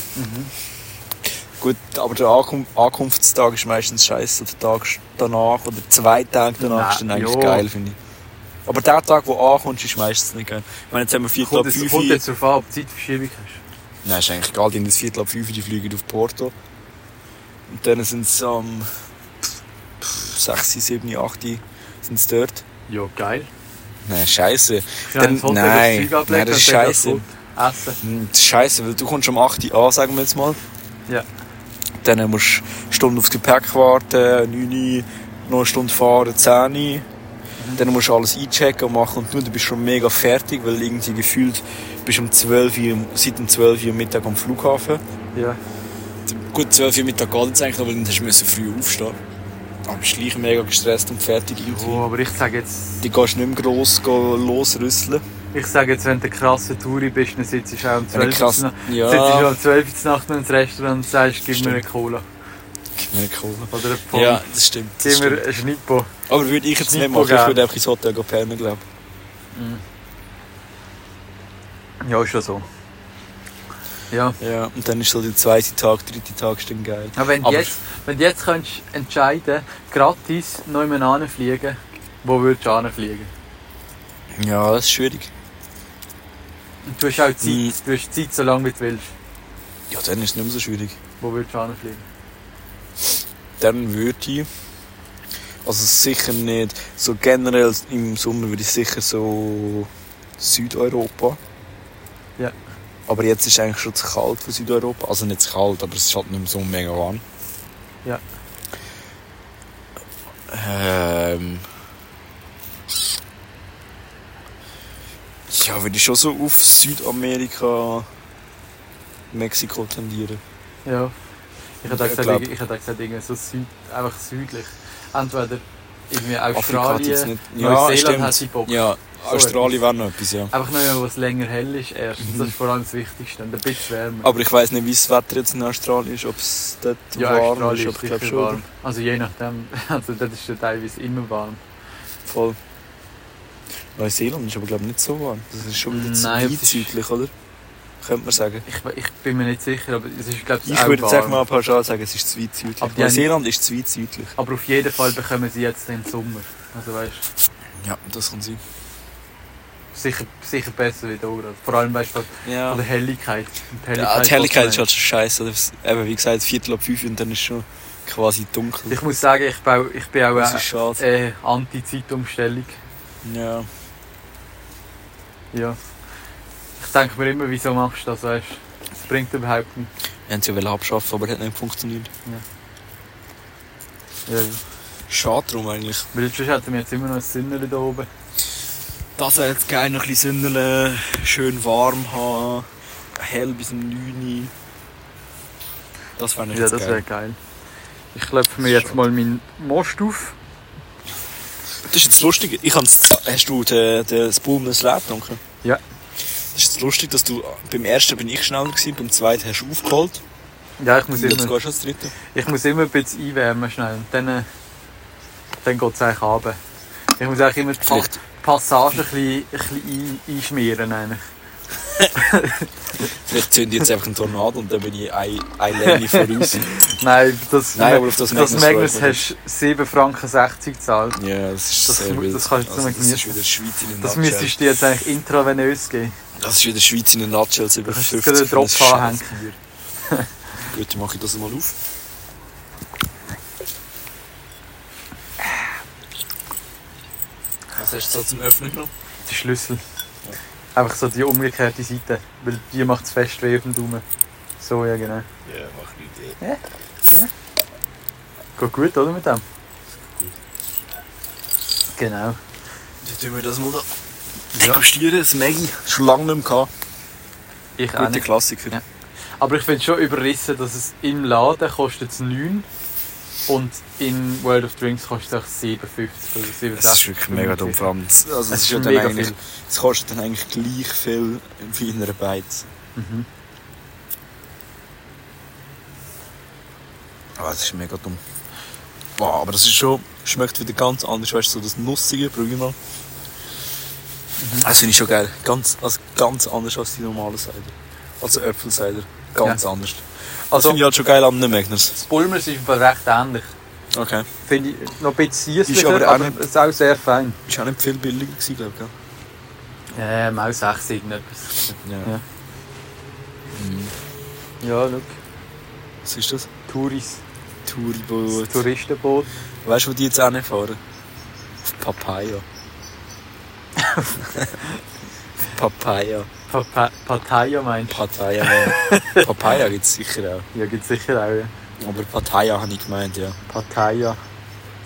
[SPEAKER 1] Gut, aber der Ankum Ankunftstag ist meistens scheiße. Der Tag danach oder zwei Tage danach ist dann
[SPEAKER 2] Nein,
[SPEAKER 1] eigentlich
[SPEAKER 2] ja.
[SPEAKER 1] geil, finde ich. Aber der Tag, wo du ankommst, ist meistens nicht geil. Ich meine, jetzt haben wir Viertel ab
[SPEAKER 2] Kommt jetzt,
[SPEAKER 1] fünf.
[SPEAKER 2] kommt jetzt darauf an, ob du Zeitverschiebung hast.
[SPEAKER 1] Nein, ist eigentlich egal, die haben das Viertel ab 5 die fliegen auf Porto. Und dann sind sie am 6, 7, 8 sind sie dort.
[SPEAKER 2] Ja, geil.
[SPEAKER 1] Nein, scheiße.
[SPEAKER 2] Ich
[SPEAKER 1] Dann- nein, nein, das ist scheiße.
[SPEAKER 2] Essen.
[SPEAKER 1] Hm, das ist Scheiße, weil du kommst am 8 Uhr an, sagen wir jetzt mal.
[SPEAKER 2] Ja.
[SPEAKER 1] Dann musst du eine Stunde aufs Gepäck warten, 9 Uhr, noch eine Stunde fahren, 10 Uhr. Dann musst du alles einchecken und machen und du, du bist schon mega fertig, weil irgendwie gefühlt bist du um 12 Uhr, seit um 12 Uhr am Mittag am Flughafen.
[SPEAKER 2] Ja.
[SPEAKER 1] Gut, 12 Uhr Mittag geht jetzt eigentlich noch, weil dann musst du früh aufstehen. Aber bist gleich mega gestresst und fertig irgendwie.
[SPEAKER 2] Oh, aber ich sage jetzt,
[SPEAKER 1] Die gehst nicht mehr gross go- losrüsseln.
[SPEAKER 2] ich sage jetzt, wenn du ein krasser Touri bist, dann sitzt du auch um 12 Uhr
[SPEAKER 1] krass-
[SPEAKER 2] na-
[SPEAKER 1] ja.
[SPEAKER 2] sitzt du um 12 Uhr nachts noch ins Restaurant und sagst, gib mir eine Cola
[SPEAKER 1] Ja, cool.
[SPEAKER 2] oder eine Pommes.
[SPEAKER 1] Ja, das stimmt. Das
[SPEAKER 2] Gib mir
[SPEAKER 1] stimmt.
[SPEAKER 2] einen Schnippo.
[SPEAKER 1] Aber würde ich jetzt nicht
[SPEAKER 2] Schnippo
[SPEAKER 1] machen, ich
[SPEAKER 2] geben.
[SPEAKER 1] würde einfach ins Hotel gehen pennen, glaube
[SPEAKER 2] Ja, ist ja so. Ja.
[SPEAKER 1] ich. Ja, und dann ist so der zweite Tag, dritte Tag ist dann geil.
[SPEAKER 2] Ja, wenn, du
[SPEAKER 1] Aber-
[SPEAKER 2] jetzt, wenn du jetzt könntest entscheiden gratis noch jemanden fliegen, wo würdest du hinfliegen?
[SPEAKER 1] Ja, das ist schwierig.
[SPEAKER 2] Und du hast auch Zeit,
[SPEAKER 1] Mhm.
[SPEAKER 2] du hast Zeit so lange wie du willst.
[SPEAKER 1] Ja, dann ist es nicht mehr so schwierig.
[SPEAKER 2] Wo würdest du hinfliegen?
[SPEAKER 1] Dann würde ich. Also sicher nicht. So generell im Sommer würde ich sicher so Südeuropa.
[SPEAKER 2] Ja.
[SPEAKER 1] Aber jetzt ist eigentlich schon zu kalt für Südeuropa. Also nicht zu kalt, aber es ist halt nicht mehr so mega warm.
[SPEAKER 2] Ja.
[SPEAKER 1] Ähm. Ja, würde ich schon so auf Südamerika, Mexiko tendieren.
[SPEAKER 2] Ja. Ich hätte auch
[SPEAKER 1] Ich
[SPEAKER 2] gesagt,
[SPEAKER 1] glaub-
[SPEAKER 2] ich hätte auch gesagt irgendwie so süd, einfach südlich. Entweder irgendwie
[SPEAKER 1] Afrika hat jetzt
[SPEAKER 2] Australien,
[SPEAKER 1] nicht. Ja,
[SPEAKER 2] Neuseeland
[SPEAKER 1] stimmt.
[SPEAKER 2] hat sie Bock.
[SPEAKER 1] Ja,
[SPEAKER 2] So
[SPEAKER 1] Australien wäre noch etwas, ja.
[SPEAKER 2] Einfach nur, wo es länger hell ist erst. Das ist vor allem das Wichtigste. Und ein bisschen wärmer.
[SPEAKER 1] Mhm. Aber ich weiß nicht, wie das Wetter jetzt in Australien ist, ob es dort
[SPEAKER 2] ja,
[SPEAKER 1] warm
[SPEAKER 2] Australien
[SPEAKER 1] ist,
[SPEAKER 2] ist
[SPEAKER 1] aber ich glaube
[SPEAKER 2] sicher
[SPEAKER 1] schon.
[SPEAKER 2] warm. Also je nachdem. Also dort ist es teilweise immer warm.
[SPEAKER 1] Voll. Neuseeland ist aber glaube ich nicht so warm. Das ist schon wieder zu
[SPEAKER 2] Nein,
[SPEAKER 1] weit
[SPEAKER 2] das ist-
[SPEAKER 1] südlich, oder? Könnte man sagen.
[SPEAKER 2] Ich, ich bin mir nicht sicher, aber es ist glaube ich
[SPEAKER 1] Ich
[SPEAKER 2] auch
[SPEAKER 1] würde jetzt
[SPEAKER 2] warm.
[SPEAKER 1] einfach mal pauschal sagen, es ist zu weit südlich.
[SPEAKER 2] Aber die haben-
[SPEAKER 1] Neuseeland ist zu weit südlich.
[SPEAKER 2] Aber auf jeden Fall bekommen sie jetzt den Sommer. Also weißt
[SPEAKER 1] Ja, das kann sein.
[SPEAKER 2] sicher, sicher besser wie hier. Vor allem weißt du, von
[SPEAKER 1] Ja.
[SPEAKER 2] von der Helligkeit. Die
[SPEAKER 1] ja, die Helligkeit ist
[SPEAKER 2] was
[SPEAKER 1] halt schon scheiße. Das- Eben, wie gesagt, Viertel ab fünf und dann ist schon quasi dunkel.
[SPEAKER 2] Ich muss sagen, ich bin auch, ich bin auch
[SPEAKER 1] Das
[SPEAKER 2] äh,
[SPEAKER 1] ist schade.
[SPEAKER 2] äh, Anti-Zeitumstellung.
[SPEAKER 1] Ja.
[SPEAKER 2] Ja. Ich denke mir immer, wieso machst du das, weißt du? Das bringt überhaupt nichts.
[SPEAKER 1] Wir haben es ja wollen abschaffen, aber hat nicht funktioniert.
[SPEAKER 2] Ja.
[SPEAKER 1] Schade drum eigentlich.
[SPEAKER 2] Weil sonst hätten wir jetzt immer noch ein Sünneli da oben.
[SPEAKER 1] Das wäre jetzt geil, noch ein bisschen Sünderle, schön warm haben, hell bis um 9 Uhr. Das wäre nicht
[SPEAKER 2] Ja,
[SPEAKER 1] jetzt
[SPEAKER 2] das
[SPEAKER 1] geil.
[SPEAKER 2] wäre geil. Ich klopfe mir jetzt
[SPEAKER 1] Schade.
[SPEAKER 2] mal meinen Most auf.
[SPEAKER 1] Das ist jetzt lustig, ich hab's, hast du den, den, das Bulmenes leer getrunken?
[SPEAKER 2] Ja.
[SPEAKER 1] Das ist jetzt lustig, dass du, beim ersten bin ich schneller gewesen, beim zweiten hast du aufgeholt.
[SPEAKER 2] Ja, ich muss,
[SPEAKER 1] Und jetzt gehst
[SPEAKER 2] immer,
[SPEAKER 1] du als dritter.
[SPEAKER 2] ich muss immer ein bisschen einwärmen schnell. Und dann, äh, dann geht es eigentlich runter. Ich muss eigentlich immer die Pa-
[SPEAKER 1] Vielleicht,
[SPEAKER 2] Passage ein bisschen, ein bisschen ein, einschmieren. Eigentlich.
[SPEAKER 1] vielleicht zünde ich jetzt einfach einen Tornado und dann bin ich ein- eine Länge voraus.
[SPEAKER 2] Nein, das,
[SPEAKER 1] Nein, aber auf das
[SPEAKER 2] das
[SPEAKER 1] Magnus
[SPEAKER 2] Magnus
[SPEAKER 1] freut mich.
[SPEAKER 2] hast du 7,60 Franken gezahlt.
[SPEAKER 1] Ja, das ist
[SPEAKER 2] Das-
[SPEAKER 1] sehr wild.
[SPEAKER 2] das kannst du
[SPEAKER 1] also,
[SPEAKER 2] nicht
[SPEAKER 1] das ist
[SPEAKER 2] genießen.
[SPEAKER 1] wieder Schweiz in der
[SPEAKER 2] Das
[SPEAKER 1] Nutshell.
[SPEAKER 2] müsstest du dir jetzt eigentlich intravenös geben.
[SPEAKER 1] Das ist wieder Schweiz in der Nutshell,
[SPEAKER 2] Du
[SPEAKER 1] 750.
[SPEAKER 2] kannst jetzt gerade einen
[SPEAKER 1] für ein
[SPEAKER 2] Tropf anhängen.
[SPEAKER 1] Gut, dann mache ich das mal auf. Was hast du so zum Öffnen genommen?
[SPEAKER 2] Den Schlüssel. Einfach so die umgekehrte Seite. Weil die macht es fest weh auf dem Daumen. So, ja genau.
[SPEAKER 1] Ja, mach nicht.
[SPEAKER 2] Geht gut, oder, mit dem? Genau.
[SPEAKER 1] Dann tun wir das mal da. Degustieren, das Maggi. Schon lange nicht mehr gehabt.
[SPEAKER 2] Ich auch
[SPEAKER 1] Guter
[SPEAKER 2] nicht.
[SPEAKER 1] Klassiker.
[SPEAKER 2] Ja. Aber ich finde es schon überrissen, dass es im Laden kostet es 9 und in World of Drinks kostet es 7,50 oder 7,60.
[SPEAKER 1] Das ist wirklich mega dumm, vor allem. das- Also, es ist ja dann
[SPEAKER 2] mega
[SPEAKER 1] eigentlich,
[SPEAKER 2] viel.
[SPEAKER 1] es kostet dann eigentlich gleich viel wie in einer Beiz.
[SPEAKER 2] Mhm.
[SPEAKER 1] Ah, das ist mega dumm. Boah, aber das ist schon, schmeckt wieder ganz anders, weißt du, so das Nussige, probier ich mal. Das finde ich schon geil. Ganz, also ganz anders als die normale Cider. Also Äpfelcider. Ganz anders. Das
[SPEAKER 2] Also,
[SPEAKER 1] finde ich halt schon geil am Nürnbergners.
[SPEAKER 2] das Bulmers ist im Fall recht ähnlich.
[SPEAKER 1] Okay.
[SPEAKER 2] Finde ich noch ein bisschen süßlicher,
[SPEAKER 1] aber
[SPEAKER 2] aber,
[SPEAKER 1] auch
[SPEAKER 2] aber
[SPEAKER 1] nicht-
[SPEAKER 2] es ist auch sehr fein.
[SPEAKER 1] Ist auch nicht viel billiger gewesen, glaube ich.
[SPEAKER 2] Ähm, auch 6 irgendetwas.
[SPEAKER 1] gell?
[SPEAKER 2] Ja. Ja, schau.
[SPEAKER 1] Was ist das?
[SPEAKER 2] Touris.
[SPEAKER 1] Touriboot.
[SPEAKER 2] Das Touristenboot.
[SPEAKER 1] Weißt du, wo die jetzt auch nicht fahren? Auf Papaya. Auf Papaya.
[SPEAKER 2] Pa- Pa- Pattaya meinst
[SPEAKER 1] Pattaya. ja. Papaya gibt es sicher
[SPEAKER 2] du? Ja, gibt sicher auch. Ja.
[SPEAKER 1] auch. Aber Pattaya habe ich gemeint, ja.
[SPEAKER 2] Pattaya.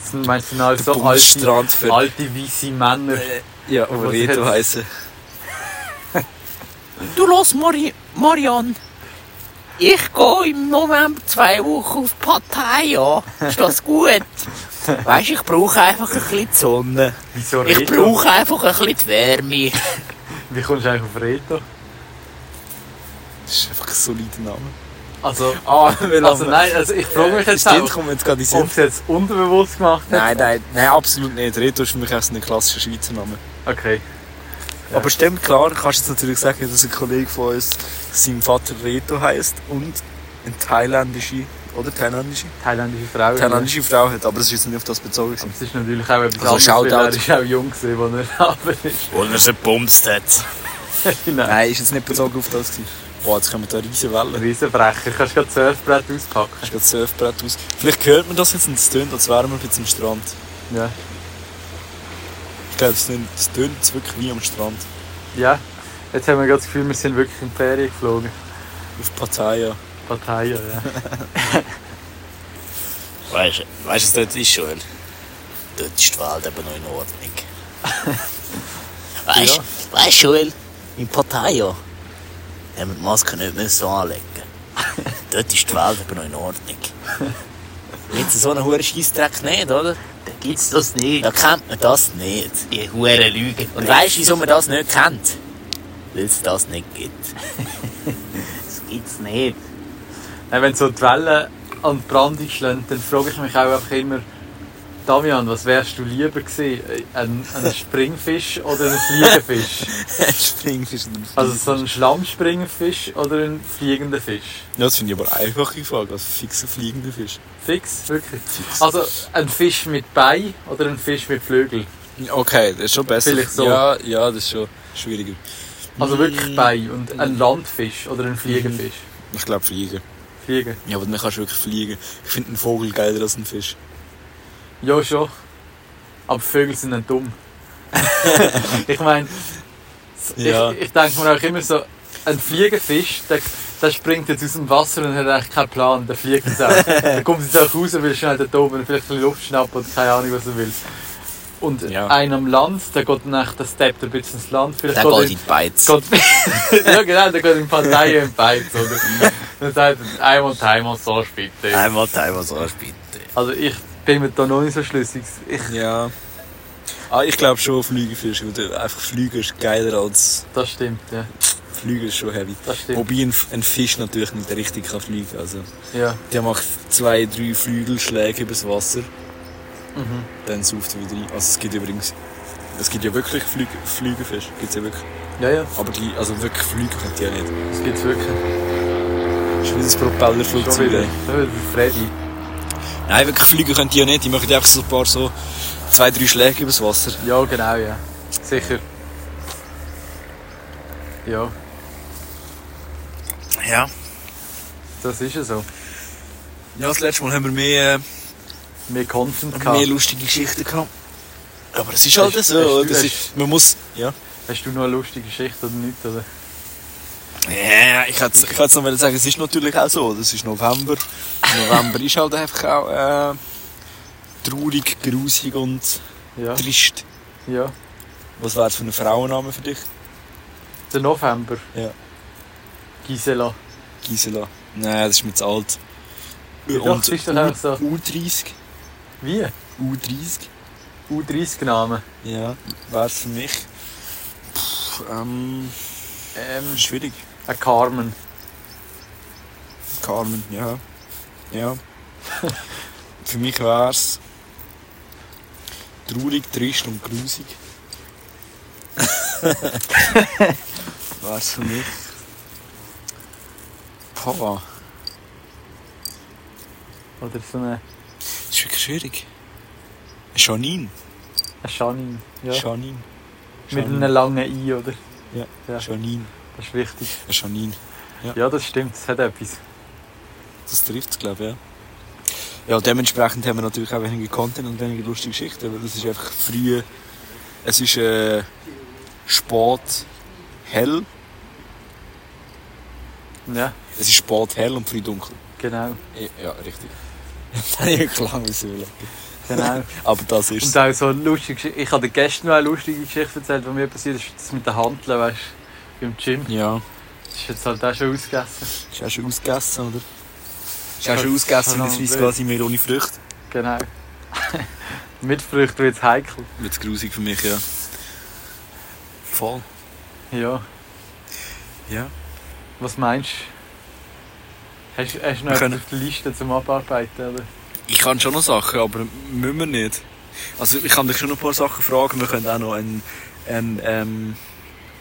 [SPEAKER 2] Das sind, meinst du, sind halt
[SPEAKER 1] Der
[SPEAKER 2] so alte,
[SPEAKER 1] Bundesstrand für...
[SPEAKER 2] alte weisse Männer.
[SPEAKER 1] Ja,
[SPEAKER 2] Was
[SPEAKER 1] aber jeder
[SPEAKER 2] jetzt?
[SPEAKER 1] weiss. Du los, Mari Marian.
[SPEAKER 4] Ich gehe im November zwei Wochen auf Pattaya. Ist das gut? Weißt du, ich brauche einfach ein bisschen die Sonne.
[SPEAKER 2] Wieso
[SPEAKER 4] Ich
[SPEAKER 2] Reto?
[SPEAKER 4] brauche einfach ein bisschen die Wärme.
[SPEAKER 2] Wie kommst du eigentlich auf Reto?
[SPEAKER 1] Das ist einfach ein solider Name.
[SPEAKER 2] Also,
[SPEAKER 1] Ah, weil
[SPEAKER 2] also nein, also ich
[SPEAKER 1] Äh,
[SPEAKER 2] frage mich jetzt
[SPEAKER 1] Stimmt,
[SPEAKER 2] auch,
[SPEAKER 1] kommt mir jetzt gerade in den Sinn.
[SPEAKER 2] ob es jetzt unterbewusst gemacht hat.
[SPEAKER 1] Oh, Nein, nein, nein, absolut nicht. Reto ist für mich auch ein klassischer Schweizer Name.
[SPEAKER 2] Okay. Ja.
[SPEAKER 1] Aber stimmt, klar, kannst du jetzt natürlich sagen, dass ein Kollege von uns sein Vater Reto heisst und eine thailändische, oder thailändische?
[SPEAKER 2] Thailändische Frau.
[SPEAKER 1] Thailändische Frau hat, aber das ist jetzt nicht auf das bezogen.
[SPEAKER 2] Aber
[SPEAKER 1] gewesen.
[SPEAKER 2] es ist natürlich auch etwas
[SPEAKER 1] Also
[SPEAKER 2] anderes, weil
[SPEAKER 1] Shoutout.
[SPEAKER 2] er ist auch jung gewesen, als er aber ist.
[SPEAKER 1] Und er sie gebumst hat.
[SPEAKER 2] Nein.
[SPEAKER 1] Nein, ist jetzt nicht bezogen auf das gewesen. Boah, jetzt kommen da riesen Wellen.
[SPEAKER 2] Riesenbrecher, kannst du gerade das Surfbrett auspacken.
[SPEAKER 1] Hast gerade das Surfbrett aus. Vielleicht hört man das jetzt und es tönt, als wären wir jetzt am Strand.
[SPEAKER 2] Ja.
[SPEAKER 1] Ich glaube, es tönt- es tönt jetzt wirklich wie am Strand.
[SPEAKER 2] ja, jetzt haben wir gerade das Gefühl, wir sind wirklich in die Ferien geflogen.
[SPEAKER 1] Auf Pattaya.
[SPEAKER 2] Pattaya, ja.
[SPEAKER 1] Weißt du, was dort ist, Joel? Dort ist die Welt eben noch in Ordnung.
[SPEAKER 4] Weißt du, Joel, in Pattaya haben wir die Maske nicht mehr so anlegen. Dort ist die Welt aber noch in Ordnung. Jetzt so einen hohen Scheissdreck nicht, oder? Da gibt's das nicht. Da kennt man das nicht. Die hohen Lügen. Und weißt du, wieso man das nicht kennt? Weil es das nicht gibt. das gibt's nicht.
[SPEAKER 2] Nein, wenn so die Wellen an die Brandung schlagen, dann frage ich mich auch einfach immer, Damian, was wärst du lieber gewesen? Ein, ein Springfisch oder ein Fliegenfisch?
[SPEAKER 1] Springfisch und
[SPEAKER 2] Also so ein Schlammspringerfisch oder ein fliegender Fisch?
[SPEAKER 1] Ja, das finde ich aber eine einfache Frage. Also fix ein fliegender Fisch.
[SPEAKER 2] Fix, wirklich. Also ein Fisch mit Bein oder ein Fisch mit Flügel?
[SPEAKER 1] Okay, das ist schon besser.
[SPEAKER 2] Vielleicht so.
[SPEAKER 1] Ja, ja, das ist schon schwieriger.
[SPEAKER 2] Also wirklich
[SPEAKER 1] Mm.
[SPEAKER 2] Bein und ein Landfisch oder ein Fliegenfisch?
[SPEAKER 1] Ich glaube Fliegen.
[SPEAKER 2] Fliegen.
[SPEAKER 1] Ja, aber dann kannst du wirklich fliegen. Ich finde einen Vogel geiler als einen Fisch.
[SPEAKER 2] Ja, schon. Aber Vögel sind dann dumm. ich meine,
[SPEAKER 1] Ja.
[SPEAKER 2] ich, ich denke mir auch immer so, ein Fliegenfisch, der, der springt jetzt aus dem Wasser und hat eigentlich keinen Plan, der fliegt jetzt auch. Dann kommt jetzt auch raus und will schnell da oben vielleicht ein bisschen Luft schnappen oder keine Ahnung, was er will. Und
[SPEAKER 1] Ja.
[SPEAKER 2] einer am Land, der geht dann echt, der steppt ein bisschen ins Land. Vielleicht
[SPEAKER 4] Da geht
[SPEAKER 2] er-
[SPEAKER 4] in die Beiz.
[SPEAKER 2] Gott. ja genau, der geht in Partei im Beiz, oder? Dann sagt er, einmal Timer, so bitte.
[SPEAKER 4] Einmal, einmal so, bitte.
[SPEAKER 2] Also ich bin mir da noch nicht so schlüssig. Ich,
[SPEAKER 1] Ja. Ah, ich glaube schon Fliegenfisch. Weil du- einfach Fliegen ist geiler als...
[SPEAKER 2] das stimmt, ja.
[SPEAKER 1] Fliegen ist schon heavy.
[SPEAKER 2] Das stimmt.
[SPEAKER 1] Wobei ein, F- ein Fisch natürlich nicht richtig kann fliegen. Also,
[SPEAKER 2] Ja.
[SPEAKER 1] der macht zwei, drei Flügelschläge übers Wasser. Dann sauft er wieder rein. Also es gibt übrigens... Es gibt ja wirklich Flüge, Flügelfisch. Gibt's ja wirklich.
[SPEAKER 2] Ja, ja,
[SPEAKER 1] Aber die, also wirklich fliegen können die ja nicht.
[SPEAKER 2] das gibt's wirklich.
[SPEAKER 1] Das ist wie ein
[SPEAKER 2] Schon
[SPEAKER 1] Propellerflugzeug.
[SPEAKER 2] wieder.
[SPEAKER 1] ey.
[SPEAKER 2] Schon wieder Freddy.
[SPEAKER 1] Nein, wirklich fliegen können die ja nicht. Die machen einfach so ein paar so... Zwei, drei Schläge übers Wasser.
[SPEAKER 2] Ja, genau, ja. Sicher. Ja,
[SPEAKER 1] Ja.
[SPEAKER 2] das ist ja so.
[SPEAKER 1] Ja, das letzte Mal haben wir mehr... Äh,
[SPEAKER 2] Mehr Content
[SPEAKER 1] mehr
[SPEAKER 2] gehabt.
[SPEAKER 1] lustige Geschichten gehabt. Aber es ist halt
[SPEAKER 2] Hast- hast
[SPEAKER 1] so,
[SPEAKER 2] du-
[SPEAKER 1] das
[SPEAKER 2] hast-
[SPEAKER 1] ist, man muss, ja.
[SPEAKER 2] Hast du noch eine lustige Geschichte oder nicht? Oder?
[SPEAKER 1] Ja, ich hätte ich hätt's noch wollen sagen, es ist natürlich auch so, das ist November. November ist halt einfach auch äh, traurig, grusig und
[SPEAKER 2] Ja,
[SPEAKER 1] trist.
[SPEAKER 2] ja.
[SPEAKER 1] Was wäre für ein Frauenname für dich?
[SPEAKER 2] Der November.
[SPEAKER 1] Ja.
[SPEAKER 2] Gisela.
[SPEAKER 1] Gisela. Nein, das ist mir zu alt.
[SPEAKER 2] Ja, doch, das ist doch auch so.
[SPEAKER 1] U30?
[SPEAKER 2] Wie?
[SPEAKER 1] U30?
[SPEAKER 2] U30-Name.
[SPEAKER 1] Ja, wäre es für mich. Pff, ähm,
[SPEAKER 2] Ähm,
[SPEAKER 1] schwierig.
[SPEAKER 2] ein Carmen.
[SPEAKER 1] Carmen, ja. Ja. Für mich wär's traurig, trist und grusig. wär's für mich. Papa.
[SPEAKER 2] Oder so eine,
[SPEAKER 1] Das ist wirklich schwierig. Janine.
[SPEAKER 2] eine Janine. Ja.
[SPEAKER 1] Janine.
[SPEAKER 2] Mit einem langen I, oder?
[SPEAKER 1] Ja.
[SPEAKER 2] ja.
[SPEAKER 1] Janine.
[SPEAKER 2] Das ist wichtig.
[SPEAKER 1] Eine Janine.
[SPEAKER 2] Ja, das stimmt. Das hat etwas.
[SPEAKER 1] Das trifft es, glaube ich, ja. Ja, dementsprechend haben wir natürlich auch weniger Content und weniger lustige Geschichten, weil es ist einfach früh, es ist äh, spät hell,
[SPEAKER 2] Ja,
[SPEAKER 1] es ist spät hell und früh dunkel.
[SPEAKER 2] genau.
[SPEAKER 1] Ja, richtig. das habe ich wirklich lange überlegt.
[SPEAKER 2] genau.
[SPEAKER 1] Aber das ist
[SPEAKER 2] Und auch so lustige Geschichte. Ich habe dir gestern noch eine lustige Geschichte erzählt, die mir passiert ist. Das mit den Handeln, weißt du, beim Gym.
[SPEAKER 1] Ja,
[SPEAKER 2] Das ist jetzt halt auch schon ausgegessen.
[SPEAKER 1] ist auch schon ausgegessen, oder? Ist auch schon
[SPEAKER 2] Ja,
[SPEAKER 1] ausgegessen,
[SPEAKER 2] verdammt
[SPEAKER 1] das weiss quasi mehr ohne Früchte.
[SPEAKER 2] Genau. Mit Früchten wird es heikel.
[SPEAKER 1] Wird es grusig für mich, ja. Voll.
[SPEAKER 2] Ja.
[SPEAKER 1] Ja.
[SPEAKER 2] Was meinst du? Hast, hast du
[SPEAKER 1] Wir
[SPEAKER 2] noch etwas
[SPEAKER 1] können-
[SPEAKER 2] auf der Liste zum Abarbeiten? Oder?
[SPEAKER 1] Ich kann schon noch Sachen, aber müssen wir nicht. Also ich kann dich schon noch ein paar Sachen fragen. Wir können auch noch einen, einen ähm,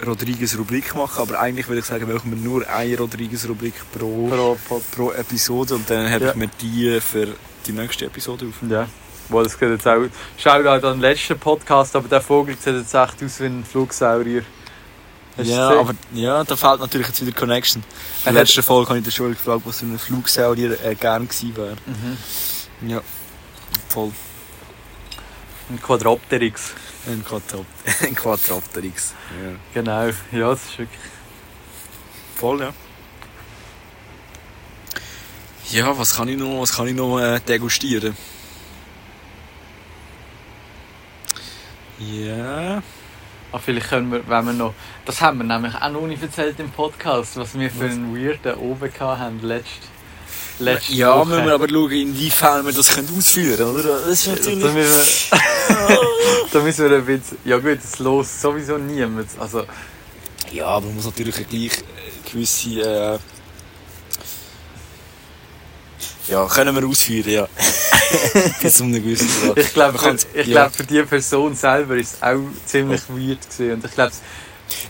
[SPEAKER 1] Rodriguez-Rubrik machen, aber eigentlich würde ich sagen, machen wir nur eine Rodriguez-Rubrik pro, pro.
[SPEAKER 2] Pro, pro,
[SPEAKER 1] Episode und dann habe
[SPEAKER 2] Ja.
[SPEAKER 1] ich mir die für die nächste Episode auf.
[SPEAKER 2] ja. Boah, das geht jetzt auch. Schau da an den letzten Podcast, aber der Vogel sieht jetzt echt aus wie ein Flugsaurier. Hast du
[SPEAKER 1] Ja,
[SPEAKER 2] gesehen?
[SPEAKER 1] aber ja, da fehlt natürlich jetzt wieder die Connection. In
[SPEAKER 2] Er
[SPEAKER 1] der
[SPEAKER 2] hat-
[SPEAKER 1] letzten Folge habe ich dir schon gefragt, was für ein Flugsaurier er gerne gewesen wäre.
[SPEAKER 2] Mhm.
[SPEAKER 1] Ja, voll.
[SPEAKER 2] Ein Quadropterix.
[SPEAKER 1] Ein Quadrop- ein Quadropterix. Ja.
[SPEAKER 2] Genau. Ja, das ist wirklich.
[SPEAKER 1] Voll, ja. Ja, was kann ich noch, was kann ich noch äh, degustieren? Ja.
[SPEAKER 2] Ah, vielleicht können wir, wenn wir noch. Das haben wir nämlich auch noch nicht erzählt im Podcast, was wir für einen weirden oben hatten letzte, letzte
[SPEAKER 1] Ja,
[SPEAKER 2] Woche.
[SPEAKER 1] müssen wir aber schauen, inwiefern wir das können ausführen können, oder? Das ist
[SPEAKER 2] Da
[SPEAKER 1] natürlich.
[SPEAKER 2] müssen, wir, da müssen wir ein bisschen. Ja gut, das los sowieso niemand. Also,
[SPEAKER 1] Ja, aber man muss natürlich auch gleich äh, gewisse. Äh, ja, können wir ausführen, ja. Bis zu einem gewissen Grad.
[SPEAKER 2] ich glaube,
[SPEAKER 1] Man kann-
[SPEAKER 2] für, ich
[SPEAKER 1] ja.
[SPEAKER 2] glaub, für die Person selber ist es auch ziemlich weird gewesen. Und ich glaube,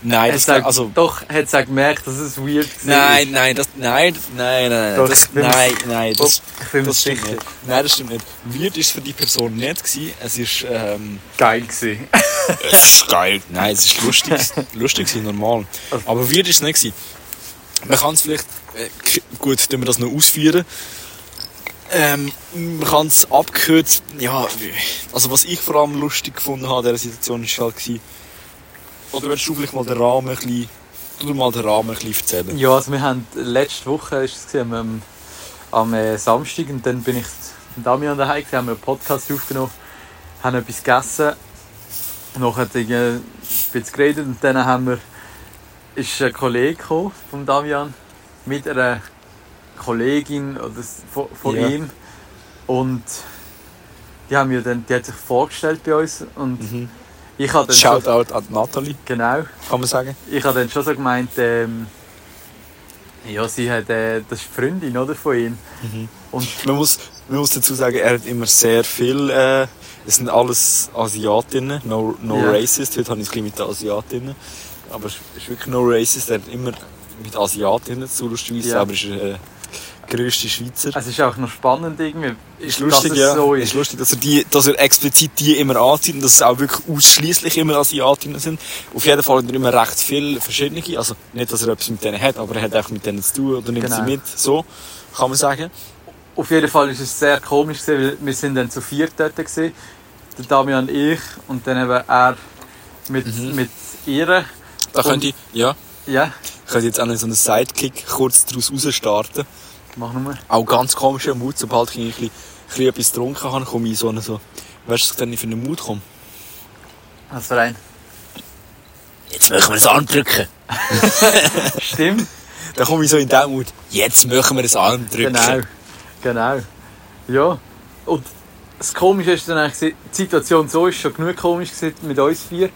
[SPEAKER 1] Nein, das,
[SPEAKER 2] hat
[SPEAKER 1] also,
[SPEAKER 2] doch hat es auch gemerkt, dass es weird gewesen
[SPEAKER 1] Nein,
[SPEAKER 2] ist.
[SPEAKER 1] nein, das, nein, nein, nein,
[SPEAKER 2] Doch,
[SPEAKER 1] nein, das,
[SPEAKER 2] ich bin-
[SPEAKER 1] nein, nein, das,
[SPEAKER 2] Ich bin mir
[SPEAKER 1] das stimmt
[SPEAKER 2] sicher.
[SPEAKER 1] nicht. Nein, das stimmt nicht. Weird ist für die Person nicht gewesen. Es ist, ähm,
[SPEAKER 2] Geil gewesen.
[SPEAKER 1] geil. Nein, es ist lustig, lustig gewesen, normal.
[SPEAKER 2] Also-
[SPEAKER 1] Aber weird ist es nicht gewesen. Man kann es vielleicht, äh, k- gut, tun wir das noch ausführen. Ähm, man kann es abgekürzt, ja, also was ich vor allem lustig gefunden habe in dieser Situation ist halt gewesen, oder willst du vielleicht mal den Rahmen ein bisschen, tu dir mal den Rahmen ein bisschen erzählen?
[SPEAKER 2] Ja, also wir haben letzte Woche ist es gewesen, am, am äh, Samstag und dann bin ich mit Damian daheim gewesen, haben wir einen Podcast aufgenommen, haben etwas gegessen, nachher irgendwie ein bisschen geredet und dann haben wir ist ein Kollege gekommen von Damian mit einer Kollegin oder s- von, von
[SPEAKER 1] Ja.
[SPEAKER 2] ihm und die haben mir dann die hat sich vorgestellt bei uns und
[SPEAKER 1] Mhm.
[SPEAKER 2] ich habe dann so,
[SPEAKER 1] Shoutout an Natalie,
[SPEAKER 2] genau
[SPEAKER 1] kann man sagen.
[SPEAKER 2] ich habe dann schon so gemeint, ähm, ja, sie hat, äh, das ist die Freundin oder, von ihm.
[SPEAKER 1] Man muss, man muss dazu sagen, er hat immer sehr viel. Äh, es sind alles Asiatinnen, no, no
[SPEAKER 2] Ja.
[SPEAKER 1] racist. Heute habe ich es ein bisschen mit den Asiatinnen. Aber es ist wirklich no racist. Er hat immer mit Asiatinnen zu tun.
[SPEAKER 2] Ja.
[SPEAKER 1] selber ist er äh, grösste Schweizer.
[SPEAKER 2] Es ist auch noch spannend irgendwie,
[SPEAKER 1] ist lustig,
[SPEAKER 2] dass es
[SPEAKER 1] ja.
[SPEAKER 2] so
[SPEAKER 1] ist.
[SPEAKER 2] ist.
[SPEAKER 1] lustig, dass er, die, dass er explizit die immer anzieht und dass es auch wirklich ausschließlich immer Asiatinnen sind. Auf jeden Fall hat er immer recht viele verschiedene. Also nicht, dass er etwas mit denen hat, aber er hat auch mit denen zu tun oder nimmt sie
[SPEAKER 2] Genau.
[SPEAKER 1] mit. So kann man sagen.
[SPEAKER 2] Auf jeden Fall ist es sehr komisch, gewesen, weil wir sind dann zu viert dort gewesen. Der Damian, ich und dann eben er mit,
[SPEAKER 1] Mhm.
[SPEAKER 2] mit ihr.
[SPEAKER 1] Da
[SPEAKER 2] Und-
[SPEAKER 1] könnte ich, ja,
[SPEAKER 2] Ja,
[SPEAKER 1] ich könnte jetzt auch noch so einen Sidekick kurz daraus starten.
[SPEAKER 2] mach nochmal.
[SPEAKER 1] Auch ganz komischer Mut, sobald ich ein bisschen, ein bisschen etwas getrunken habe, komme ich in so einen so, weißt du, was denn ich für einen Mut komme?
[SPEAKER 2] Also rein.
[SPEAKER 4] Jetzt möchten wir es andrücken.
[SPEAKER 2] Stimmt,
[SPEAKER 1] Da komme ich so in den Mut. Jetzt machen wir das Arm drücken.
[SPEAKER 2] genau. Genau. Ja. Und das Komische ist dann eigentlich, die Situation so ist schon genug komisch gewesen mit uns vier.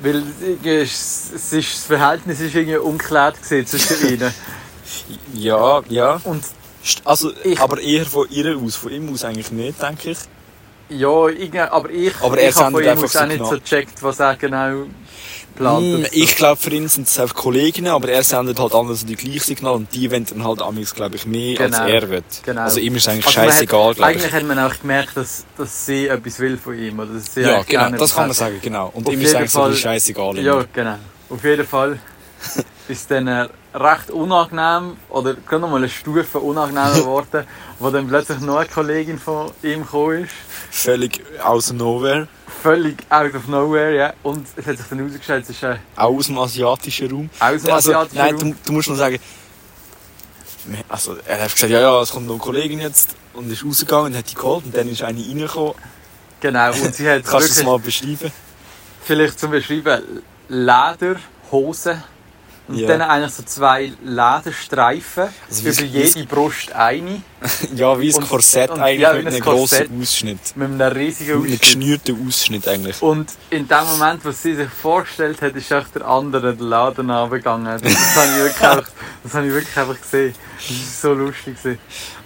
[SPEAKER 2] Weil irgendwie ist- es ist, das Verhältnis ist irgendwie ungeklärt gewesen zwischen ihnen.
[SPEAKER 1] Ja, ja.
[SPEAKER 2] Und
[SPEAKER 1] St- Also,
[SPEAKER 2] Ich-
[SPEAKER 1] aber eher von ihr aus, von ihm aus eigentlich nicht, denke ich.
[SPEAKER 2] ja, irgendwie, aber ich,
[SPEAKER 1] Aber er
[SPEAKER 2] ich habe von
[SPEAKER 1] sendet
[SPEAKER 2] ihm
[SPEAKER 1] einfach
[SPEAKER 2] aus auch nicht
[SPEAKER 1] Signal.
[SPEAKER 2] so gecheckt, was er genau geplant. dass-
[SPEAKER 1] Ich glaube, für ihn sind es einfach Kollegen, aber er sendet halt anders die gleichen Signale und die wollen dann halt amigs, glaube ich, mehr
[SPEAKER 2] Genau.
[SPEAKER 1] als er will.
[SPEAKER 2] Genau.
[SPEAKER 1] Also ihm ist eigentlich
[SPEAKER 2] Also man hat-
[SPEAKER 1] scheißegal, glaube ich.
[SPEAKER 2] Eigentlich hat man auch gemerkt, dass, dass sie etwas will von ihm. Oder dass sie
[SPEAKER 1] Ja,
[SPEAKER 2] eigentlich
[SPEAKER 1] genau,
[SPEAKER 2] gerne
[SPEAKER 1] das kann man
[SPEAKER 2] etwas
[SPEAKER 1] sagen, genau. Und
[SPEAKER 2] Auf
[SPEAKER 1] ihm ist
[SPEAKER 2] jeden
[SPEAKER 1] eigentlich so ein bisschen
[SPEAKER 2] Fall-
[SPEAKER 1] scheißegal.
[SPEAKER 2] hat. Ja,
[SPEAKER 1] immer.
[SPEAKER 2] genau. Auf jeden Fall ist dann äh, recht unangenehm oder gerade noch mal eine Stufe unangenehmer geworden, wo dann plötzlich noch eine Kollegin von ihm gekommen ist.
[SPEAKER 1] Völlig aus dem Nowhere,
[SPEAKER 2] Völlig out of nowhere, ja. Und es hat sich dann herausgestellt, es ist ein
[SPEAKER 1] auch aus dem asiatischen Raum. Also,
[SPEAKER 2] Ausmaßiatischer
[SPEAKER 1] nein, du, du musst nur sagen, also er hat gesagt, ja, ja, es kommt noch eine Kollegin jetzt und ist rausgegangen und hat die geholt und dann ist eine reingekommen.
[SPEAKER 2] Genau, und sie hat
[SPEAKER 1] Kannst du das
[SPEAKER 2] wirklich,
[SPEAKER 1] mal beschreiben?
[SPEAKER 2] vielleicht zum Beschreiben, Leder, Hose und
[SPEAKER 1] Ja.
[SPEAKER 2] dann eigentlich so zwei Lederstreifen,
[SPEAKER 1] Also wie
[SPEAKER 2] über
[SPEAKER 1] es-
[SPEAKER 2] jede Brust eine,
[SPEAKER 1] Ja, wie ein
[SPEAKER 2] Und-
[SPEAKER 1] Korsett
[SPEAKER 2] und-
[SPEAKER 1] eigentlich
[SPEAKER 2] ja, wie
[SPEAKER 1] mit
[SPEAKER 2] ein
[SPEAKER 1] einem
[SPEAKER 2] Korsett.
[SPEAKER 1] grossen Ausschnitt.
[SPEAKER 2] mit einem
[SPEAKER 1] Mit
[SPEAKER 2] riesigen
[SPEAKER 1] einem
[SPEAKER 2] Ausschnitt.
[SPEAKER 1] geschnürten Ausschnitt eigentlich.
[SPEAKER 2] Und in dem Moment, was sie sich vorgestellt hat, ist auch der andere den Laden runtergegangen. Das, das, habe ich wirklich auch, das habe ich wirklich einfach gesehen. Das war so lustig. Gewesen.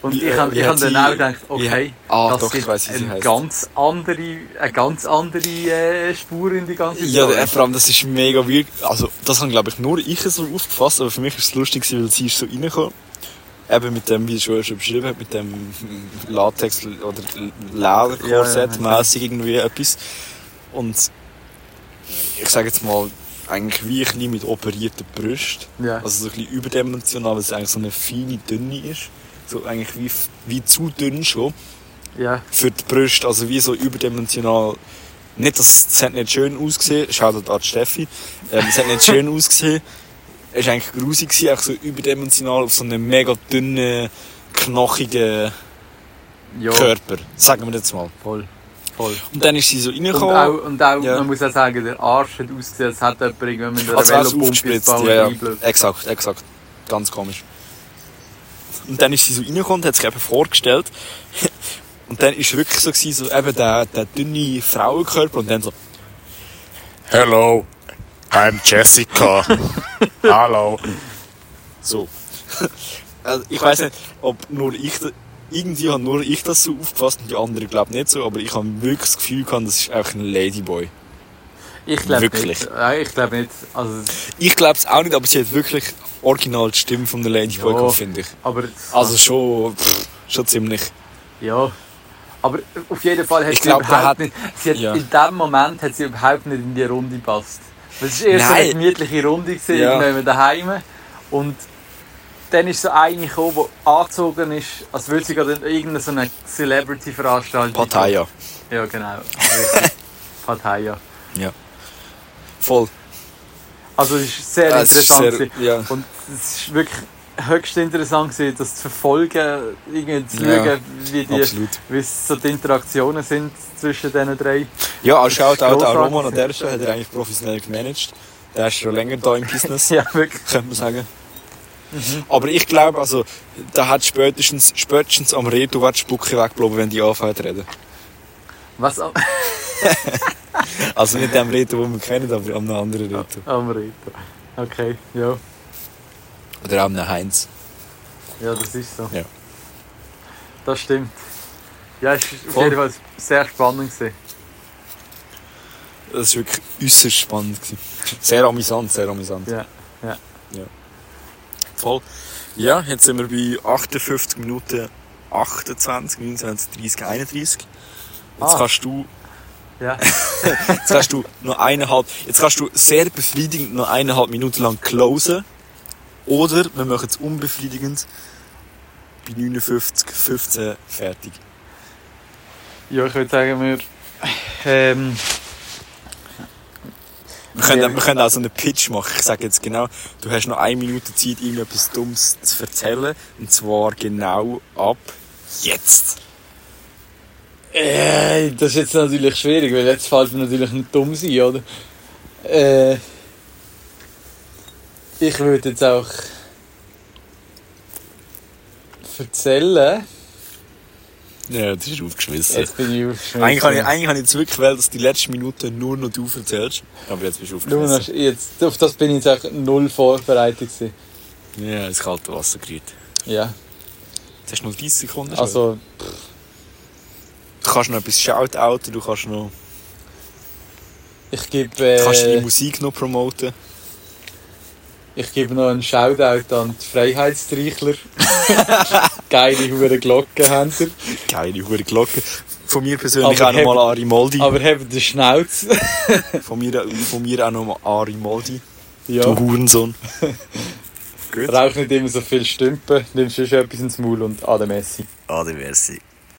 [SPEAKER 2] Und
[SPEAKER 1] Wie,
[SPEAKER 2] ich habe
[SPEAKER 1] äh, wie
[SPEAKER 2] ich habe
[SPEAKER 1] hat
[SPEAKER 2] dann auch
[SPEAKER 1] sie-
[SPEAKER 2] gedacht,
[SPEAKER 1] wie hat-
[SPEAKER 2] okay,
[SPEAKER 1] Ah,
[SPEAKER 2] das
[SPEAKER 1] doch, ich
[SPEAKER 2] gibt
[SPEAKER 1] weiss, wie sie
[SPEAKER 2] eine,
[SPEAKER 1] heisst.
[SPEAKER 2] ganz andere, eine ganz andere äh, Spur in die ganze
[SPEAKER 1] Ja,
[SPEAKER 2] Sache.
[SPEAKER 1] äh, vor allem, das ist mega weird. Also, das haben, glaube ich, nur ich so aufgefasst, aber für mich war es lustig, gewesen, weil sie ist so reingekommen. Eben mit dem, wie du schon schon beschrieben hast, mit dem Latex- oder Lederkorsett-mässig irgendwie etwas. Und ich sage jetzt mal, eigentlich wie ein bisschen mit operierten Brüsten.
[SPEAKER 2] Ja.
[SPEAKER 1] Also so ein bisschen überdimensional, weil es eigentlich so eine feine, dünne ist. So eigentlich wie, wie zu dünn schon
[SPEAKER 2] ja.
[SPEAKER 1] für die Brüste, also wie so überdimensional. Nicht, dass es hat nicht schön ausgesehen, schaut an die Steffi. Ähm, es hat nicht schön ausgesehen. Es war eigentlich grusig, gewesen, einfach so überdimensional auf so einem mega dünnen, knochigen
[SPEAKER 2] ja,
[SPEAKER 1] Körper. Sagen wir jetzt mal.
[SPEAKER 2] voll. voll.
[SPEAKER 1] Und dann ist sie so
[SPEAKER 2] Und
[SPEAKER 1] reingekommen.
[SPEAKER 2] auch, und auch
[SPEAKER 1] Ja.
[SPEAKER 2] man muss auch sagen, der Arsch hat ausgesehen, als hätte jemand irgendwie mit einer
[SPEAKER 1] Als wäre es
[SPEAKER 2] Velopumpe ins
[SPEAKER 1] aufgespritzt.
[SPEAKER 2] Bauch
[SPEAKER 1] Ja, ja.
[SPEAKER 2] reingeblasen.
[SPEAKER 1] Exakt, exakt. Ganz komisch. Und dann ist sie so reingekommen und hat sich eben vorgestellt. Und dann ist wirklich so, gewesen, so eben der, der dünne Frauenkörper und dann so.
[SPEAKER 5] Hello, I'm Jessica. Hallo.
[SPEAKER 1] So. also ich weiß nicht, ob nur ich da, irgendwie habe nur ich das so aufgefasst und die anderen glauben nicht so, aber ich habe wirklich das Gefühl gehabt, das ist einfach ein Ladyboy.
[SPEAKER 2] Ich glaube
[SPEAKER 1] Wirklich.
[SPEAKER 2] nicht. Nein, Ich glaube nicht. Also,
[SPEAKER 1] Ich glaube es auch nicht, aber sie hat wirklich original die Stimme von der Ladyboy
[SPEAKER 2] Ja.
[SPEAKER 1] gehabt, finde ich.
[SPEAKER 2] aber
[SPEAKER 1] Also schon, pff, schon ziemlich.
[SPEAKER 2] Ja. Aber auf jeden Fall hat
[SPEAKER 1] Ich
[SPEAKER 2] sie
[SPEAKER 1] glaub, der
[SPEAKER 2] überhaupt
[SPEAKER 1] hat-
[SPEAKER 2] nicht. Sie hat
[SPEAKER 1] ja.
[SPEAKER 2] In dem Moment hat sie überhaupt nicht in die Runde gepasst. Weil es war erst so
[SPEAKER 1] Nein.
[SPEAKER 2] eine gemütliche Runde gewesen,
[SPEAKER 1] Ja.
[SPEAKER 2] irgendwann daheim. Und dann ist so eine gekommen, die angezogen ist, als würde sie gerade in irgendeine so eine Celebrity-Veranstaltung.
[SPEAKER 1] Pattaya.
[SPEAKER 2] Ja, genau. Richtig. Pattaya.
[SPEAKER 1] Voll.
[SPEAKER 2] Also es ist sehr
[SPEAKER 1] Ja, es ist
[SPEAKER 2] interessant.
[SPEAKER 1] sehr-
[SPEAKER 2] gewesen.
[SPEAKER 1] ja.
[SPEAKER 2] Und es ist wirklich höchst interessant, gewesen, das zu verfolgen, irgendwie zu
[SPEAKER 1] Ja,
[SPEAKER 2] schauen, wie, die,
[SPEAKER 1] Absolut.
[SPEAKER 2] wie so die Interaktionen sind zwischen diesen drei.
[SPEAKER 1] Ja, auch schaut auch
[SPEAKER 2] Grossartig.
[SPEAKER 1] Roman an der Stelle, hat er eigentlich professionell gemanagt. Der ist schon länger da im Business.
[SPEAKER 2] Ja, wirklich.
[SPEAKER 1] könnte man sagen. Aber ich glaube, also, da hat spätestens, spätestens am Reto wird die Spucke weggeblasen, wenn die anfangen zu reden.
[SPEAKER 2] Was am,
[SPEAKER 1] Also nicht dem Reto, den wir kennen, aber am anderen Reto.
[SPEAKER 2] am Reto? Okay, ja.
[SPEAKER 1] Oder am Heinz.
[SPEAKER 2] Ja, das ist so.
[SPEAKER 1] Ja.
[SPEAKER 2] Das stimmt. Ja, es war auf
[SPEAKER 1] Voll.
[SPEAKER 2] jeden Fall sehr spannend. Gewesen.
[SPEAKER 1] Das war wirklich äußerst spannend. gewesen. Sehr amüsant, sehr amüsant.
[SPEAKER 2] Ja, ja.
[SPEAKER 1] ja. Voll. Ja, jetzt sind wir bei 58 Minuten 28, 29, 30, 31. Jetzt
[SPEAKER 2] Ah.
[SPEAKER 1] kannst du
[SPEAKER 2] Ja.
[SPEAKER 1] Jetzt kannst du noch eineinhalb, jetzt kannst du sehr befriedigend noch eineinhalb Minuten lang closen. Oder wir machen es unbefriedigend bei 59, 15 fertig.
[SPEAKER 2] ja, ich würde sagen, wir. Ähm,
[SPEAKER 1] Wir können,
[SPEAKER 2] Ja.
[SPEAKER 1] wir können auch so einen Pitch machen. Ich sage jetzt genau, du hast noch eine Minute Zeit, irgendetwas Dummes zu erzählen. Und zwar genau ab jetzt.
[SPEAKER 3] Äh, das ist jetzt natürlich schwierig, weil jetzt fällt mir natürlich nicht dumm sein, oder? Äh, ich würde jetzt auch erzählen.
[SPEAKER 1] Ja, das ist aufgeschmissen.
[SPEAKER 3] Jetzt bin ich aufgeschmissen.
[SPEAKER 1] Also, Eigentlich habe ich, eigentlich habe ich jetzt wirklich gewählt, dass die letzten Minuten nur noch du erzählst. Aber jetzt bist du
[SPEAKER 3] Nur noch,
[SPEAKER 1] aufgeschmissen.
[SPEAKER 3] jetzt, auf das bin ich jetzt auch null vorbereitet gewesen.
[SPEAKER 1] Ja, ins kalte Wasser gerührt.
[SPEAKER 3] Ja,
[SPEAKER 1] Jetzt hast du noch 30 Sekunden. schon.
[SPEAKER 3] also
[SPEAKER 1] Du kannst noch etwas shoutouten, du kannst noch.
[SPEAKER 2] Ich gebe, äh,
[SPEAKER 1] Kannst du deine Musik noch promoten?
[SPEAKER 2] ich gebe noch einen Shoutout an die Freiheitsstreichler. Geile hure Glocken haben sie.
[SPEAKER 1] Geile hure Glocke. Von mir persönlich
[SPEAKER 2] Aber
[SPEAKER 1] auch nochmal
[SPEAKER 2] hab-
[SPEAKER 1] Ari Moldi.
[SPEAKER 2] Aber haben die Schnauze.
[SPEAKER 1] Von mir, von mir auch nochmal Ari Moldi. Du
[SPEAKER 2] ja.
[SPEAKER 1] Hurensohn. Gut.
[SPEAKER 2] Rauch nicht immer so viel Stümpen, nimmst du schon etwas ins Maul und an der Messi.
[SPEAKER 4] Ah, die merci.